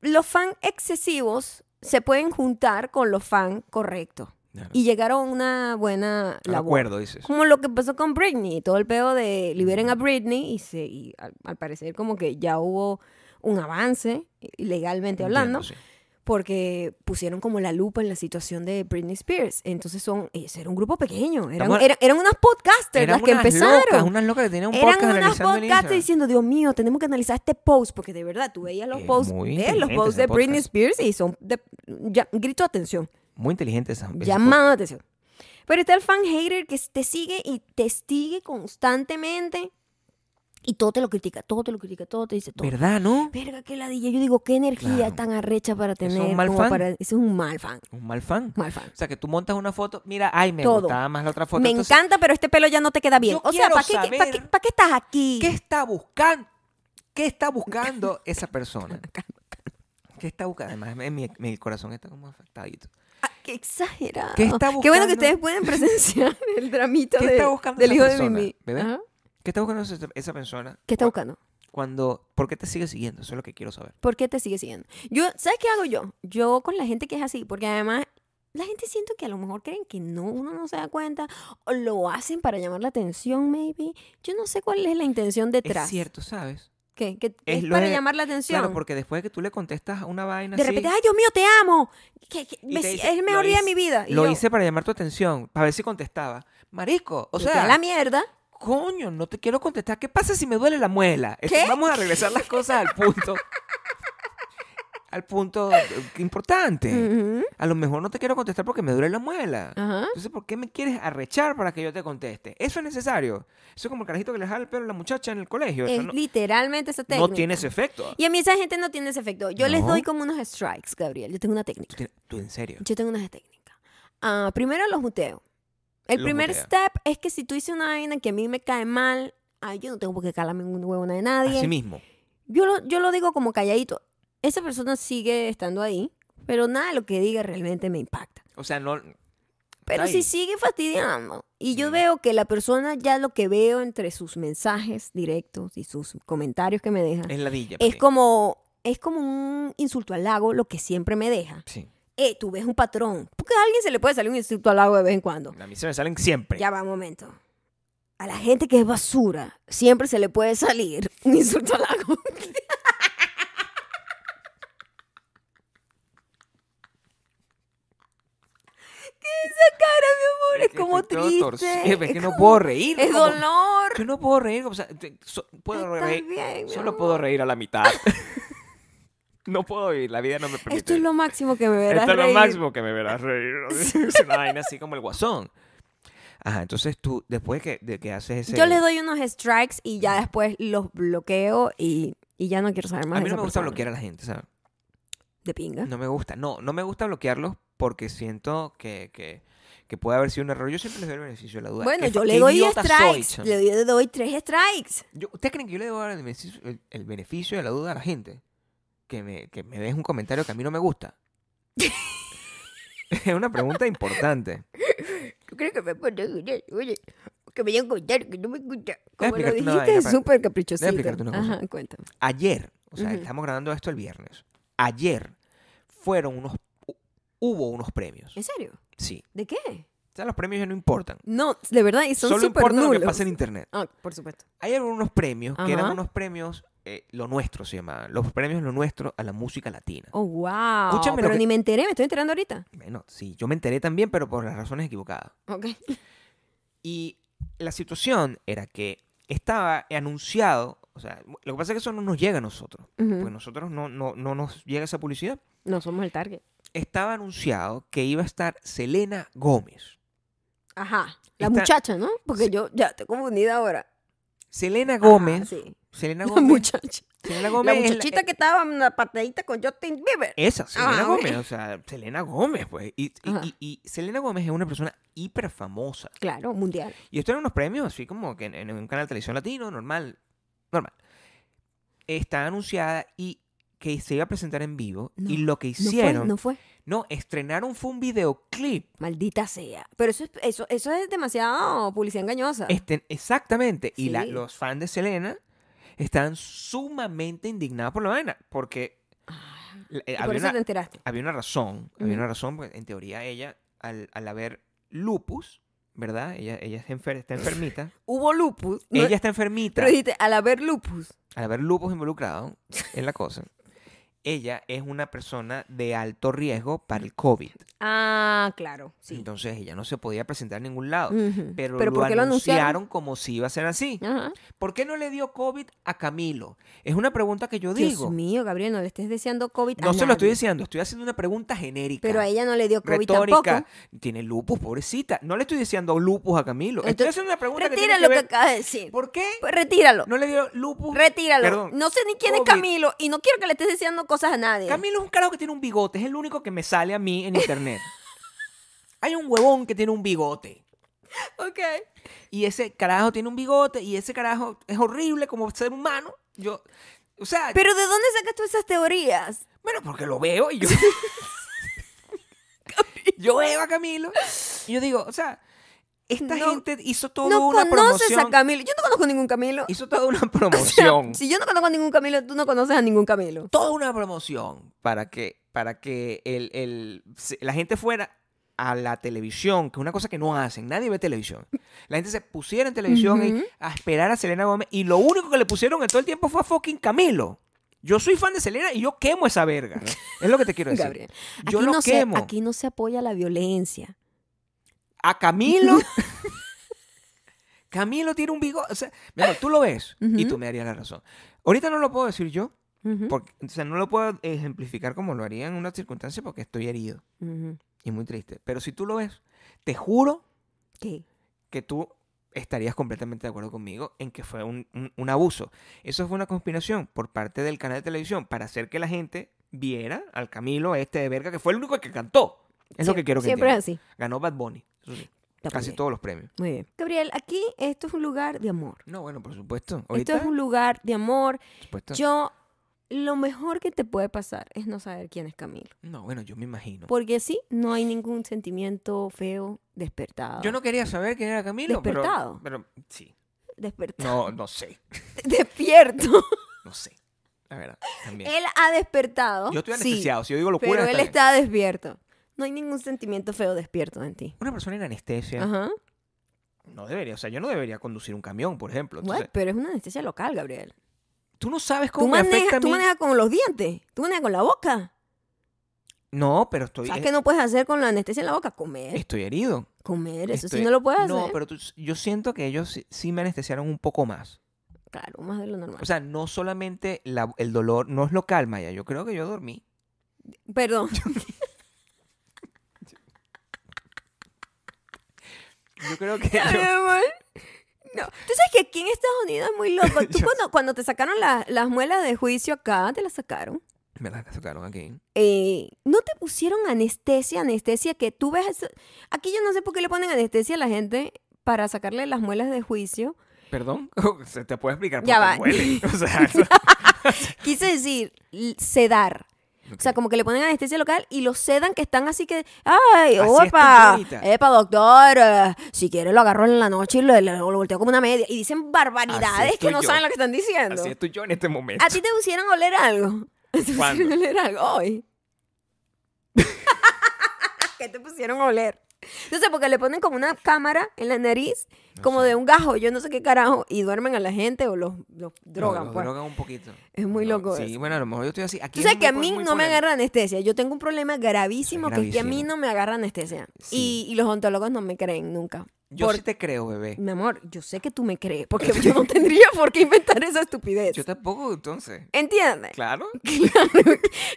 S1: los fan excesivos se pueden juntar con los fan correctos
S2: Claro.
S1: y llegar a una buena
S2: Al
S1: labor.
S2: acuerdo, dices.
S1: Como lo que pasó con Britney, todo el pedo de liberen a Britney y, se, y al, al parecer como que ya hubo un avance legalmente hablando,
S2: Entiendo, sí.
S1: porque pusieron como la lupa en la situación de Britney Spears. Entonces son, ellos eran un grupo pequeño, eran,
S2: Estamos-
S1: eran, eran unas podcasters
S2: Eran
S1: las que
S2: unas
S1: empezaron.
S2: Locas, unas locas que tenían un
S1: eran
S2: podcast
S1: unas
S2: analizando el
S1: podcasters
S2: Instagram.
S1: diciendo, Dios mío, tenemos que analizar este post, porque de verdad tú veías los
S2: Eh,
S1: posts,
S2: muy
S1: eh, los
S2: inteligentes
S1: posts
S2: ese
S1: de Britney
S2: podcast.
S1: Spears y son de, ya, grito de atención.
S2: Muy inteligente esa. ese
S1: Llamado la atención. Pero está el fan hater que te sigue y te sigue constantemente y todo te lo critica, todo te lo critica, todo te dice
S2: podcast.
S1: todo.
S2: ¿Verdad, no?
S1: Verga, qué ladilla. Yo digo, qué energía
S2: Claro.
S1: tan arrecha para
S2: es un
S1: tener.
S2: mal
S1: como
S2: fan.
S1: para- ese es un mal fan.
S2: Un mal fan.
S1: Mal fan.
S2: O sea, que tú montas una foto, mira, ay, me
S1: Todo.
S2: gustaba más la otra foto.
S1: Me
S2: entonces,
S1: encanta, pero este pelo ya no te queda bien.
S2: Yo
S1: o sea,
S2: quiero
S1: ¿para qué, qué- pa' qué,
S2: saber-
S1: pa' qué estás aquí?
S2: ¿Qué está buscando? ¿Qué está buscando esa persona? ¿Qué está buscando? Además, en mi, mi corazón está como afectadito.
S1: Ah, qué exagerado.
S2: ¿Qué está
S1: bueno que
S2: buscando?
S1: ustedes pueden presenciar el dramito
S2: ¿Qué
S1: de-
S2: está buscando
S1: del
S2: esa
S1: hijo de
S2: persona,
S1: Mimi.
S2: bebé?
S1: Ajá.
S2: ¿Qué está buscando esa, esa persona?
S1: ¿Qué está
S2: Cu-
S1: buscando?
S2: Cuando, ¿Por qué te sigue siguiendo? Eso es lo que quiero saber.
S1: ¿Por qué te sigue siguiendo? Yo, ¿sabes qué hago yo? Yo con la gente que es así, porque además la gente siento que a lo mejor creen que no, uno no se da cuenta, o lo hacen para llamar la atención, maybe. Yo no sé cuál es la intención detrás.
S2: Es cierto, ¿sabes?
S1: ¿Qué? Que
S2: Es
S1: es
S2: lo
S1: para
S2: de-
S1: llamar la atención.
S2: Claro, porque después de que tú le contestas a una vaina
S1: de
S2: así,
S1: repente, ay Dios mío, te amo. Que- que
S2: Y
S1: me
S2: te
S1: si-
S2: dice,
S1: es el mejor
S2: "Lo
S1: día de
S2: hice-
S1: mi vida. Y
S2: lo
S1: yo,
S2: hice para llamar tu atención, para ver si contestaba. Marisco, o
S1: "Vete a
S2: sea,
S1: la mierda.
S2: coño, no te quiero contestar. ¿Qué pasa si me duele la muela? Esto-
S1: ¿Qué?
S2: Vamos a regresar las cosas al punto. al punto eh, importante.
S1: Ujú,
S2: A lo mejor no te quiero contestar porque me duele la muela.
S1: Ajá.
S2: Entonces, ¿por qué me quieres arrechar para que yo te conteste? Eso es necesario. Eso es como el carajito que le jala el pelo a la muchacha en el colegio. Eso
S1: Es
S2: no,
S1: literalmente esa
S2: no
S1: técnica.
S2: tiene ese efecto.
S1: Y a mí esa gente no tiene ese efecto. Yo les
S2: No.
S1: doy como unos strikes, Gabriel. Yo tengo una técnica.
S2: Tú tienes- Tú, en serio.
S1: Yo tengo unas técnicas. Ah, primero los muteo. El
S2: Los
S1: primer
S2: mutea.
S1: step es que si tú hice una vaina que a mí me cae mal, ay, yo no tengo por qué calarme en una huevona de nadie.
S2: Así mismo.
S1: Yo lo, yo lo digo como calladito. Esa persona sigue estando ahí, pero nada de lo que diga realmente me impacta.
S2: O sea, no.
S1: Pero
S2: Está
S1: si
S2: ahí.
S1: sigue fastidiando y yo
S2: Mm.
S1: veo que la persona ya lo que veo entre sus mensajes directos y sus comentarios que me deja
S2: Es ladilla.
S1: es
S2: porque-
S1: como es como un insulto al lago lo que siempre me deja.
S2: Sí.
S1: eh, tú ves un patrón. Porque a alguien se le puede salir un insulto al agua de vez en cuando.
S2: A mí se me salen siempre.
S1: Ya va un momento. A la gente que es basura, siempre se le puede salir un insulto al agua. ¿Qué es esa cara, mi amor? Es,
S2: que
S1: como
S2: estoy todo
S1: triste.
S2: torcido, Es que no
S1: como-
S2: puedo reír.
S1: Es
S2: como-
S1: dolor.
S2: Yo no puedo reír. O sea, te- so- puedo
S1: Estás
S2: reír.
S1: bien, mi
S2: Solo
S1: amor.
S2: puedo reír a la mitad. no puedo vivir. La vida no me permite.
S1: Esto es lo máximo que me verás
S2: Esto es lo
S1: reír.
S2: máximo que me verás reír. Es una vaina así como el guasón. Ajá, entonces tú, después que, de que haces ese...
S1: Yo les doy unos strikes y ya después los bloqueo y, y ya no quiero saber más
S2: A
S1: de
S2: mí no
S1: esa
S2: me gusta
S1: persona.
S2: bloquear a la gente, ¿sabes?
S1: De pinga.
S2: No me gusta. No, no me gusta bloquearlos porque siento que, que que puede haber sido un error. Yo siempre les doy el beneficio de la duda.
S1: Bueno,
S2: Pues, ¿Qué-
S1: yo
S2: qué
S1: le doy
S2: idiota soy,
S1: strikes.
S2: chamo?
S1: le doy, le doy tres strikes.
S2: Yo- ¿Ustedes creen que yo le debo dar el beneficio, el- el beneficio de la duda a la gente? Que me, que me deje un comentario que a mí no me gusta. es una pregunta importante.
S1: Yo creo que me pone- oye, que me digan comentario que no me gusta. Como lo
S2: explicarte una
S1: dijiste,
S2: vaina,
S1: es
S2: pa-
S1: súper caprichosito.
S2: Déjame explicarte una cosa.
S1: Ajá, cuéntame.
S2: Ayer, o sea,
S1: Ujú.
S2: estamos grabando esto el viernes. Ayer fueron unos. hu- Hubo unos premios.
S1: ¿En serio?
S2: Sí.
S1: ¿De qué?
S2: O sea, los premios ya no importan.
S1: No, de verdad, y son
S2: Solo
S1: súper
S2: importa lo
S1: nulos.
S2: que pasa en internet.
S1: Ah, por supuesto.
S2: Ayer hubo unos premios que eran
S1: Ajá.
S2: unos premios. eh, lo nuestro se llamaban. Los premios Lo nuestro a la música latina.
S1: Oh, wow.
S2: Escúchame lo
S1: pero
S2: que-
S1: ni me enteré, me estoy enterando ahorita.
S2: Bueno, sí, yo me enteré también, pero por las razones equivocadas.
S1: Ok.
S2: Y la situación era que estaba anunciado, o sea, lo que pasa es que eso no nos llega a nosotros,
S1: Ujú.
S2: porque nosotros no, no, no nos llega esa publicidad.
S1: No somos el target.
S2: Estaba anunciado que iba a estar Selena Gómez.
S1: Ajá. La
S2: Está-
S1: muchacha, ¿no? Porque yo ya estoy confundida ahora.
S2: Selena
S1: Ajá,
S2: Gómez.
S1: Ah, sí.
S2: Selena
S1: La
S2: Gómez.
S1: muchacha.
S2: Selena
S1: La
S2: Gómez. es eh
S1: muchachita que estaba en la patadita con Justin Bieber.
S2: Esa, Selena
S1: Ah, ok.
S2: Gómez. O sea, Selena Gómez, pues. Y, y-
S1: Ajá.
S2: y- y Selena Gómez es una persona hiper famosa.
S1: Claro, mundial.
S2: Y esto eran unos premios así como que en, en un canal de televisión latino, normal. Normal. Está anunciada y que se iba a presentar en vivo.
S1: No,
S2: y lo que
S1: No
S2: hicieron.
S1: fue, no fue.
S2: No, estrenaron fue un videoclip.
S1: Maldita sea. Pero eso es, eso, eso es demasiado publicidad engañosa.
S2: Este, exactamente. Y la-
S1: Ah. Sí.
S2: los fans de Selena están sumamente indignados por la vaina. Porque
S1: Ay,
S2: eh,
S1: y por
S2: había,
S1: eso te
S2: una,
S1: enteraste.
S2: había una razón. Había
S1: Ujú.
S2: una razón, porque en teoría ella, al, al haber lupus, ¿verdad? Ella, ella está, enfer- está enfermita.
S1: Hubo lupus. ¿no?
S2: ella está enfermita.
S1: Pero dijiste, al haber lupus.
S2: Al haber lupus involucrado en la cosa. Ella es una persona de alto riesgo para el COVID.
S1: Ah, claro, sí.
S2: Entonces ella no se podía presentar en ningún lado.
S1: Ujú.
S2: Pero,
S1: ¿por qué
S2: lo anunciaron como si iba a ser así.
S1: Ajá.
S2: ¿Por qué no le dio COVID a Camilo? Es una pregunta que yo
S1: Dios
S2: digo.
S1: mío, Gabriel, no le estés deseando COVID a
S2: No se lo estoy
S1: nadie.
S2: diciendo, estoy haciendo una pregunta genérica.
S1: Pero a ella no le dio COVID
S2: retórica.
S1: tampoco.
S2: Tiene lupus, pobrecita. No le estoy diciendo lupus a Camilo. estoy
S1: Entonces,
S2: haciendo una pregunta que tiene
S1: Retira lo
S2: que
S1: que
S2: ver-
S1: acabas de decir.
S2: ¿Por qué
S1: Retíralo.
S2: no le dio lupus?
S1: Retíralo.
S2: Perdón.
S1: No sé ni quién
S2: COVID.
S1: es Camilo y no quiero que le estés deseando cosas a nadie.
S2: Camilo es un carajo que tiene un bigote, es el único que me sale a mí en internet. Hay un huevón que tiene un bigote.
S1: Ok.
S2: y ese carajo tiene un bigote y ese carajo es horrible como ser humano. Yo, o sea,
S1: Pero ¿de dónde sacas tú esas teorías?
S2: bueno, porque lo veo y yo. yo veo a Camilo y yo digo, o sea, esta
S1: No-
S2: gente hizo toda
S1: no
S2: una
S1: conoces
S2: promoción.
S1: a Camilo. Yo no conozco ningún Camilo.
S2: Hizo toda una
S1: O sea,
S2: promoción.
S1: si yo no conozco a ningún Camilo, tú no conoces a ningún Camilo.
S2: Toda una promoción para que, para que el, el- se- la gente fuera a la televisión, que es una cosa que no hacen, nadie ve televisión. La gente se pusiera en televisión y-
S1: Ujú.
S2: a esperar a Selena Gómez y lo único que le pusieron en todo el tiempo fue a fucking Camilo. Yo soy fan de Selena y yo quemo esa verga. Es lo que te quiero decir.
S1: Gabriel.
S2: Yo
S1: aquí
S2: lo
S1: no se-
S2: quemo.
S1: aquí no se apoya la violencia.
S2: A Camilo. Camilo tiene un bigote. O sea, mi amor, tú lo ves y
S1: Ujú.
S2: tú me darías la razón. Ahorita no lo puedo decir yo,
S1: Ujú.
S2: porque, o sea, no lo puedo ejemplificar como lo haría en una circunstancia porque estoy herido
S1: Ujú.
S2: y muy triste. Pero si tú lo ves, te juro
S1: ¿Qué?
S2: que tú estarías completamente de acuerdo conmigo en que fue un, un- un abuso. Eso fue una conspiración por parte del canal de televisión para hacer que la gente viera al Camilo este de verga, que fue el único que cantó. Es lo
S1: Siem-
S2: que quiero que
S1: Siempre
S2: entiendas.
S1: es así.
S2: Ganó Bad Bunny. eso sí,
S1: Está
S2: casi
S1: muy bien.
S2: todos los premios.
S1: Muy bien. Gabriel, aquí esto es un lugar de amor.
S2: No, bueno, por supuesto. Ahorita,
S1: Esto es un lugar de amor.
S2: por supuesto.
S1: Yo, lo mejor que te puede pasar es no saber quién es Camilo.
S2: No, bueno, yo me imagino.
S1: Porque así no hay ningún sentimiento feo despertado.
S2: Yo no quería saber quién era Camilo, pero-
S1: Despertado.
S2: Pero, sí.
S1: Despertado.
S2: No, no sé.
S1: Despierto.
S2: No sé. La verdad, también.
S1: él ha despertado.
S2: yo estoy
S1: Eh, sí,
S2: anestesiado. Si yo digo locura,
S1: pero
S2: está
S1: él
S2: bien.
S1: está despierto. No hay ningún sentimiento feo despierto en ti.
S2: Una persona en anestesia
S1: Ajá.
S2: no debería. O sea, yo no debería conducir un camión, por ejemplo.
S1: What?
S2: Entonces,
S1: Pero es una anestesia local, Gabriel.
S2: Tú no sabes cómo
S1: Tú
S2: me afecta a
S1: manejas, tú
S2: mí.
S1: manejas con los dientes. Tú manejas con la boca.
S2: No, pero estoy, eh,
S1: ¿Sabes qué no puedes hacer con la anestesia en la boca? Comer.
S2: estoy herido.
S1: Comer, eso
S2: Estoy-
S1: sí no lo puedes
S2: este, No,
S1: hacer.
S2: pero tú- yo siento que ellos sí, sí me anestesiaron un poco más.
S1: Claro, más de lo normal.
S2: O sea, no solamente la- el dolor, no es lo calma ya. Yo creo que yo dormí.
S1: Perdón.
S2: Yo creo que...
S1: Mi
S2: yo-
S1: amor. No. Tú sabes que aquí en Estados Unidos es muy loco. Tú
S2: Yo
S1: cuando, cuando te sacaron la- las muelas de juicio acá, te las sacaron.
S2: Me las sacaron aquí.
S1: eh, no te pusieron anestesia, anestesia que tú ves. eso- Aquí yo no sé por qué le ponen anestesia a la gente para sacarle las muelas de juicio.
S2: ¿Perdón? ¿Se te puede explicar por
S1: Ya
S2: qué
S1: va.
S2: duele? O sea, eso-
S1: Quise decir l- sedar. O sea,
S2: Ok.
S1: como que le ponen anestesia local y los sedan que están así que, ¡ay,
S2: Así es tu
S1: opa!
S2: bonita.
S1: ¡Epa, doctor! eh, si quiere lo agarro en la noche y lo, lo- lo volteo como una media. Y dicen
S2: Así
S1: barbaridades que
S2: estoy
S1: no
S2: yo.
S1: saben lo que están diciendo.
S2: Así estoy yo en este momento.
S1: ¿A ti te pusieron a oler algo? ¿Te pusieron
S2: ¿Cuándo?
S1: a oler algo hoy? ¿Qué te pusieron a oler? No sé, porque le ponen como una cámara en la nariz,
S2: No
S1: como
S2: sé.
S1: de un gajo, yo no sé qué carajo, y duermen a la gente o los, los drogan,
S2: Los
S1: pues.
S2: drogan un poquito.
S1: Es muy
S2: No,
S1: loco
S2: Sí,
S1: eso.
S2: bueno, a lo mejor yo estoy así. Aquí
S1: Tú
S2: es
S1: sabes que a
S2: muy-
S1: mí
S2: muy
S1: no me
S2: polémico.
S1: agarra anestesia. Yo tengo un problema gravísimo, que es que a mí
S2: Gravísimo.
S1: no me agarra anestesia.
S2: Sí.
S1: Y, y los ontólogos no me creen nunca.
S2: Yo
S1: Por-
S2: sí te creo, bebé.
S1: Mi amor, yo sé que tú me crees, porque yo no tendría por qué inventar esa estupidez.
S2: Yo tampoco, entonces.
S1: ¿Entiendes?
S2: Claro.
S1: Claro.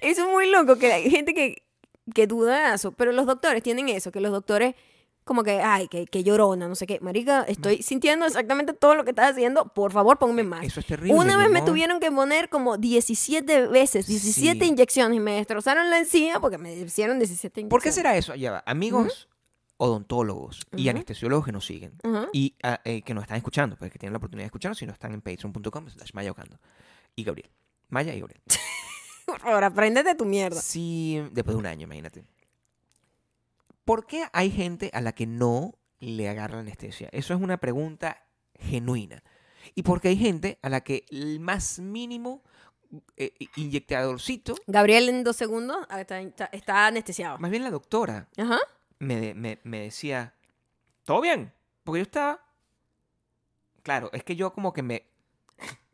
S1: Eso es muy loco, que hay gente que, que duda de eso. Pero los doctores tienen eso, que los doctores como que, ay, que, que llorona, no sé qué. Marica, estoy sintiendo exactamente todo lo que estás haciendo. Por favor, ponme más.
S2: Eso es terrible.
S1: Una
S2: mi
S1: vez me
S2: amor.
S1: tuvieron que poner como 17 veces, 17
S2: Sí.
S1: inyecciones y me destrozaron la encía porque me hicieron 17 inyecciones.
S2: ¿Por qué será eso? Ya va. Amigos odontólogos y
S1: Ujú.
S2: anestesiólogos que nos siguen
S1: Ajá.
S2: y ah, eh, que nos están escuchando, porque tienen la oportunidad de escucharnos si no están en patreon.com slash mayocando. Y Gabriel. Maya y Gabriel.
S1: Por favor, apréndete tu mierda.
S2: Sí, después de un año, imagínate. ¿Por qué hay gente a la que no le agarra la anestesia? Eso es una pregunta genuina. ¿Y por qué hay gente a la que el más mínimo eh, inyectadorcito,
S1: Gabriel en dos segundos ah, está, está- está anestesiado.
S2: más bien la doctora,
S1: Ajá.
S2: me, de- me- me decía, ¿todo bien? Porque yo estaba... Claro, es que yo como que me,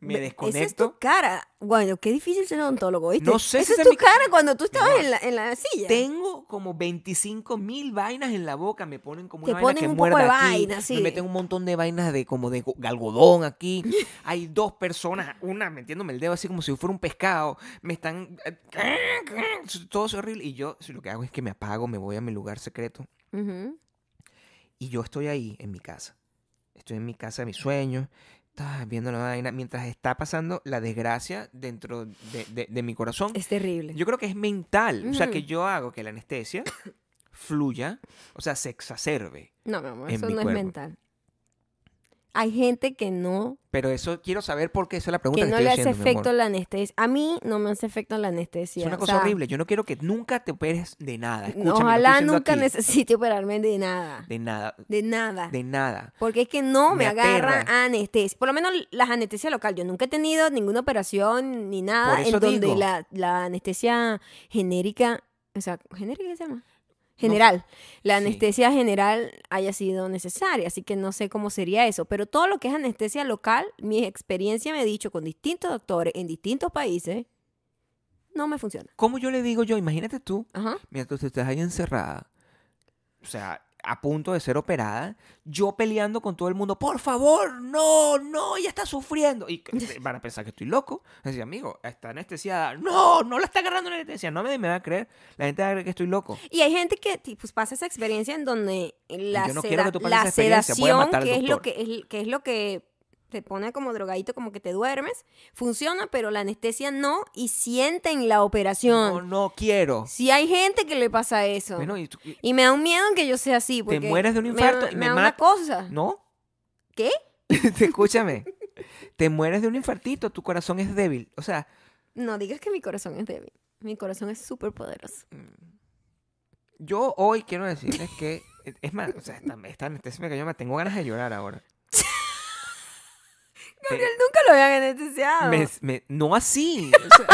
S2: me
S1: Ve- Esa es tu
S2: desconecto.
S1: cara. Bueno, qué difícil ser odontólogo, ¿viste?
S2: No sé
S1: Esa
S2: si
S1: es
S2: sea
S1: tu
S2: mi-
S1: cara cuando tú estabas
S2: amor,
S1: en la, en la silla.
S2: Tengo como 25 mil vainas en la boca. Me ponen como
S1: Te
S2: una vaina
S1: ponen
S2: que
S1: un poco
S2: muerda
S1: de
S2: aquí,
S1: vaina, sí.
S2: Me meten un montón de vainas de como de go- algodón aquí. Hay dos personas, una metiéndome el dedo así como si fuera un pescado. Me están... eh, Todo es horrible. Y yo lo que hago es que me apago, me voy a mi lugar secreto.
S1: Ujú.
S2: Y yo estoy ahí, en mi casa. Estoy en mi casa de mis sueños. estaba viendo la vaina. Mientras está pasando la desgracia dentro de- de- de mi corazón.
S1: Es terrible.
S2: Yo creo que es mental. O sea, que
S1: Ujú.
S2: yo hago que la anestesia fluya, o sea, se exacerbe.
S1: No, mi amor,
S2: en
S1: eso no
S2: mi
S1: es
S2: cuerpo.
S1: mental. Hay gente que no
S2: Pero eso quiero saber por qué esa es la pregunta
S1: que
S2: que,
S1: no
S2: estoy
S1: le hace
S2: haciendo, mi amor.
S1: efecto la anestesia. A mí no me hace efecto la anestesia.
S2: Es una
S1: o
S2: cosa
S1: sea,
S2: horrible. Yo no quiero que nunca te operes de nada. Ah, Escúchame, lo estoy
S1: Ojalá
S2: diciendo
S1: nunca
S2: aquí.
S1: necesite operarme de nada.
S2: De nada.
S1: De nada.
S2: De nada.
S1: Porque es que no me,
S2: Me
S1: agarra
S2: aterra.
S1: anestesia. Por lo menos las anestesias local. Yo nunca he tenido ninguna operación ni nada
S2: Por
S1: en
S2: eso
S1: donde
S2: digo.
S1: la, la anestesia genérica, o sea, genérica qué se llama. General, la
S2: Sí.
S1: anestesia general haya sido necesaria, así que no sé cómo sería eso, pero todo lo que es anestesia local, mi experiencia me ha dicho con distintos doctores en distintos países, no me funciona.
S2: ¿Cómo yo le digo yo? Imagínate tú,
S1: Ajá.
S2: mientras tú estás ahí encerrada, o sea, a punto de ser operada, yo peleando con todo el mundo, por favor, no, no, ella está sufriendo. Y que- eh, van a pensar que estoy loco. Así, amigo, está anestesiada. No, no la está agarrando la anestesia. No me, me va a creer. La gente va a creer que estoy loco.
S1: Y hay gente que ti- pues, pasa esa experiencia en donde la,
S2: yo no
S1: seda-
S2: quiero que tú pases
S1: la
S2: esa experiencia, voy a
S1: sedación,
S2: matar al
S1: que es, lo
S2: doctor.
S1: que, es, que es lo que te pone como drogadito, como que te duermes, funciona, pero la anestesia no y sienten la
S2: No,
S1: operación.
S2: no quiero.
S1: Si hay gente que le pasa eso.
S2: Bueno, y tú- y-
S1: y me da un miedo que yo sea así. Porque
S2: mueres de un
S1: me
S2: infarto
S1: da-
S2: y
S1: Me,
S2: me
S1: da una
S2: matas.
S1: cosa.
S2: no.
S1: ¿Qué?
S2: Escúchame. Te mueres de un infartito, tu corazón es débil. O sea,
S1: No digas que mi corazón es débil. Mi corazón es súper poderoso.
S2: Yo hoy quiero decirles que. eh, Es más, o sea, esta, esta anestesia me cayó mal. Tengo ganas de llorar ahora. Eh,
S1: Gabriel nunca lo habían anestesiado.
S2: Me- me- no así. o sea,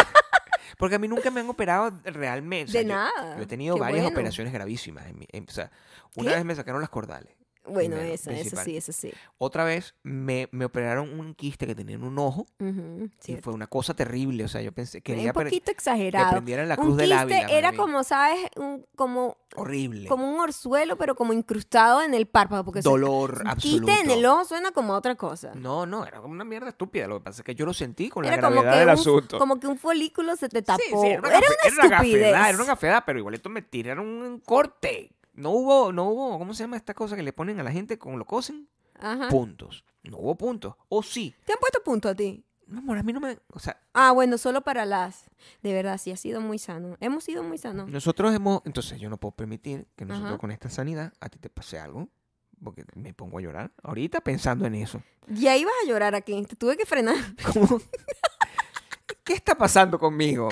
S2: porque a mí nunca me han operado realmente. o sea,
S1: de
S2: yo-
S1: nada.
S2: Yo, he tenido
S1: Qué
S2: varias
S1: bueno.
S2: operaciones gravísimas. en mi- en- o sea, una
S1: ¿Qué?
S2: vez me sacaron las cordales.
S1: Bueno,
S2: primero,
S1: eso, eso
S2: principal.
S1: sí, eso sí.
S2: Otra vez me, me operaron un quiste que tenía en un ojo.
S1: Ujú,
S2: Y
S1: cierto.
S2: fue una cosa terrible. O sea, yo pensé.
S1: un
S2: Quería pre-
S1: poquito
S2: que
S1: exagerado.
S2: prendieran la
S1: un
S2: cruz del
S1: quiste
S2: Ávila.
S1: era
S2: marico.
S1: como, ¿sabes? Un- como,
S2: Horrible.
S1: como un orzuelo, pero como incrustado en el párpado. Porque se-
S2: Dolor absoluto. Mm,
S1: quiste en el ojo suena como a otra cosa.
S2: No, no, era como una mierda estúpida. Lo que pasa es que yo lo sentí con
S1: Era
S2: la
S1: como
S2: gravedad
S1: que,
S2: del
S1: un,
S2: asunto.
S1: como que un folículo se te tapó.
S2: Sí, sí,
S1: era,
S2: gafe-
S1: una
S2: era
S1: estupidez.
S2: gafedad, era una gafedad, pero igualito me tiraron un corte. No hubo, no hubo, ¿cómo se llama esta cosa que le ponen a la gente cuando lo cosen?
S1: Ajá.
S2: Puntos. No hubo puntos. O sí,
S1: ¿Te han puesto punto a ti?
S2: No, amor, a mí no me. O sea,
S1: Ah, bueno, solo para las. De verdad, sí, ha sido muy sano. Hemos sido muy sanos.
S2: nosotros hemos. Entonces, yo no puedo permitir que nosotros
S1: Ah. Ajá.
S2: con esta sanidad a ti te pase algo. Porque me pongo a llorar ahorita pensando en eso.
S1: Ya ibas a llorar aquí, te tuve que frenar.
S2: Como, ¿Qué está pasando conmigo?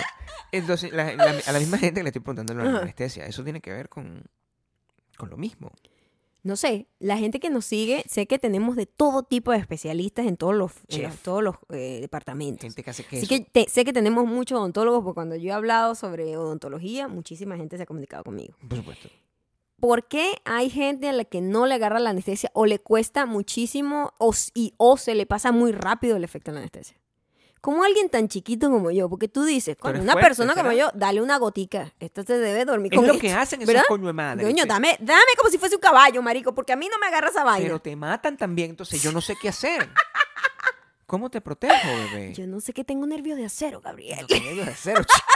S2: Entonces, la- la- a la misma gente que le estoy preguntando lo de la
S1: Ajá.
S2: anestesia, eso tiene que ver con, con lo mismo.
S1: No sé, la gente que nos sigue, sé que tenemos de todo tipo de especialistas en todos los, en
S2: Chef.
S1: los- todos los eh, departamentos.
S2: Gente que hace queso.
S1: Así que te- sé que tenemos muchos odontólogos, porque cuando yo he hablado sobre odontología, muchísima gente se ha comunicado conmigo.
S2: Por supuesto.
S1: ¿Por qué hay gente a la que no le agarra la anestesia o le cuesta muchísimo o, s- y, o se le pasa muy rápido el efecto de la anestesia? Como alguien tan chiquito como yo, porque tú dices, con
S2: eres
S1: una
S2: fuerte,
S1: persona como yo,
S2: ¿será?
S1: dale una gotica. Esto te debe dormir
S2: Es
S1: con
S2: lo
S1: esto".
S2: que hacen esos
S1: ¿verdad?
S2: coño de madre.
S1: Coño,
S2: Te-
S1: dame, dame como si fuese un caballo, marico, porque a mí no me agarra esa vaina.
S2: Pero te matan también, entonces yo no sé qué hacer. ¿Cómo te protejo, bebé?
S1: Yo no sé qué tengo nervios de acero, Gabriel.
S2: Tengo nervios de acero, chico.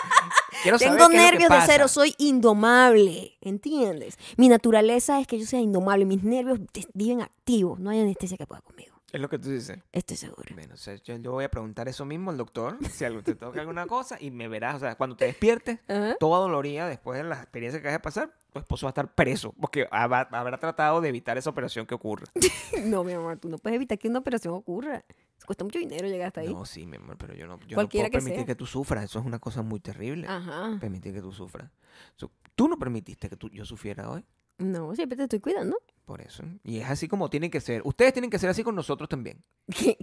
S2: Quiero saber
S1: Tengo
S2: qué es lo que
S1: nervios de
S2: pasa.
S1: acero, soy indomable, ¿entiendes? Mi naturaleza es que yo sea indomable, mis nervios te- viven activos, no hay anestesia que pueda conmigo,
S2: Es lo que tú dices.
S1: estoy segura.
S2: Bueno, o sea, yo, yo voy a preguntar eso mismo al doctor, si algo te toca alguna cosa, y me verás, o sea, cuando te despiertes,
S1: Ajá.
S2: toda dolorida después de las experiencias que vas a pasar, tu esposo va a estar preso, porque habrá, habrá tratado de evitar esa operación que ocurra.
S1: No, mi amor, tú no puedes evitar que una operación ocurra. Cuesta mucho dinero llegar hasta ahí.
S2: No, sí, mi amor, pero yo no, yo no
S1: Cualquiera
S2: puedo
S1: que
S2: permitir
S1: sea. Ah.
S2: que tú sufras, eso es una cosa muy terrible,
S1: Ajá.
S2: permitir que tú sufras. So, Tú no permitiste que tú, yo sufriera hoy.
S1: No, siempre te estoy cuidando.
S2: Por eso. Y es así como tienen que ser. Ustedes tienen que ser así con nosotros también.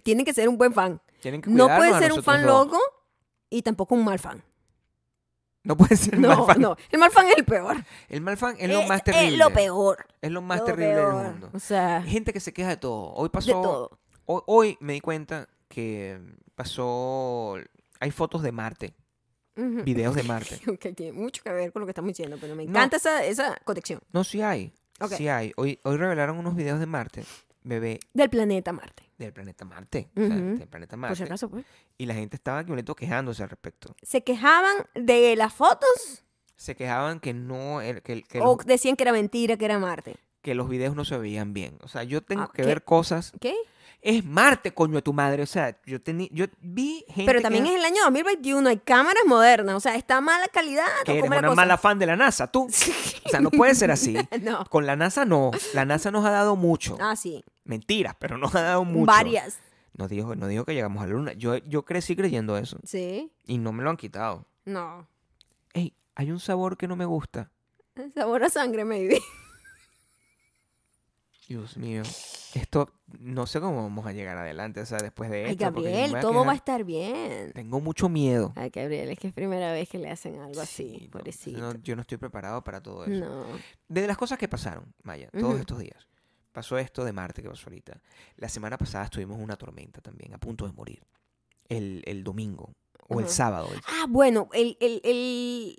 S1: Tienen que ser un buen fan.
S2: Tienen que
S1: No
S2: cuidarnos
S1: puedes
S2: a
S1: ser un
S2: nosotros
S1: fan
S2: dos.
S1: loco y tampoco un mal fan.
S2: No puede ser un mal
S1: No,
S2: fan.
S1: no. El mal fan es el peor.
S2: El mal fan es lo
S1: Es-
S2: más terrible.
S1: Es lo peor.
S2: Es lo más
S1: lo
S2: terrible
S1: peor.
S2: del mundo.
S1: O sea,
S2: Hay gente que se queja de todo. Hoy pasó.
S1: de todo.
S2: Hoy, hoy me di cuenta que pasó. Hay fotos de Marte,
S1: Ujú.
S2: videos de Marte.
S1: que tiene mucho que ver con lo que estamos diciendo, pero me
S2: No.
S1: encanta esa, esa conexión
S2: No, sí hay.
S1: Ok.
S2: Sí hay. Hoy, hoy revelaron unos videos de Marte, bebé,
S1: del planeta Marte.
S2: del planeta Marte. o sea,
S1: Ujú.
S2: del planeta
S1: Por si
S2: Marte.
S1: acaso, pues.
S2: Y la gente estaba que bonito quejándose al respecto.
S1: Se quejaban de las fotos
S2: Se quejaban que no. era- Que, que
S1: o
S2: los-
S1: decían que era mentira, que era Marte.
S2: que los videos no se veían bien. O sea, yo tengo
S1: Ah,
S2: que
S1: ¿qué?
S2: ver cosas.
S1: ¿Ok?
S2: Es Marte, coño de tu madre. O sea, yo tenía, yo vi gente.
S1: Pero también es el año 2021, hay cámaras modernas, o sea, está mala calidad. ¿no?
S2: que eres
S1: ¿Cómo es
S2: una
S1: la cosa?
S2: mala fan de la NASA, tú. O sea, no puede ser así.
S1: No.
S2: Con la NASA no. La NASA nos ha dado mucho.
S1: Ah, sí.
S2: Mentiras, pero nos ha dado mucho.
S1: Varias.
S2: No dijo, no dijo que llegamos a la Luna. Yo, yo crecí creyendo eso.
S1: Sí.
S2: Y no me lo han quitado.
S1: No.
S2: Ey, hay un sabor que no me gusta.
S1: Sabor a sangre, maybe.
S2: Dios mío. Esto, no sé cómo vamos a llegar adelante. O sea, después de esto.
S1: Ay,
S2: porque yo me
S1: Gabriel,
S2: voy a
S1: todo va a
S2: quejar.
S1: estar bien.
S2: Tengo mucho miedo.
S1: Ay, Gabriel, es que es primera vez que le hacen algo
S2: Sí,
S1: así,
S2: no,
S1: pobrecito.
S2: no, yo no estoy preparado para todo eso.
S1: No.
S2: De las cosas que pasaron, Maya, todos
S1: Ujú.
S2: estos días. Pasó esto de Marte que pasó ahorita. La semana pasada estuvimos en una tormenta también, a punto de morir. El, el domingo o el
S1: Ajá.
S2: sábado. el-
S1: Ah, bueno, el, el, el,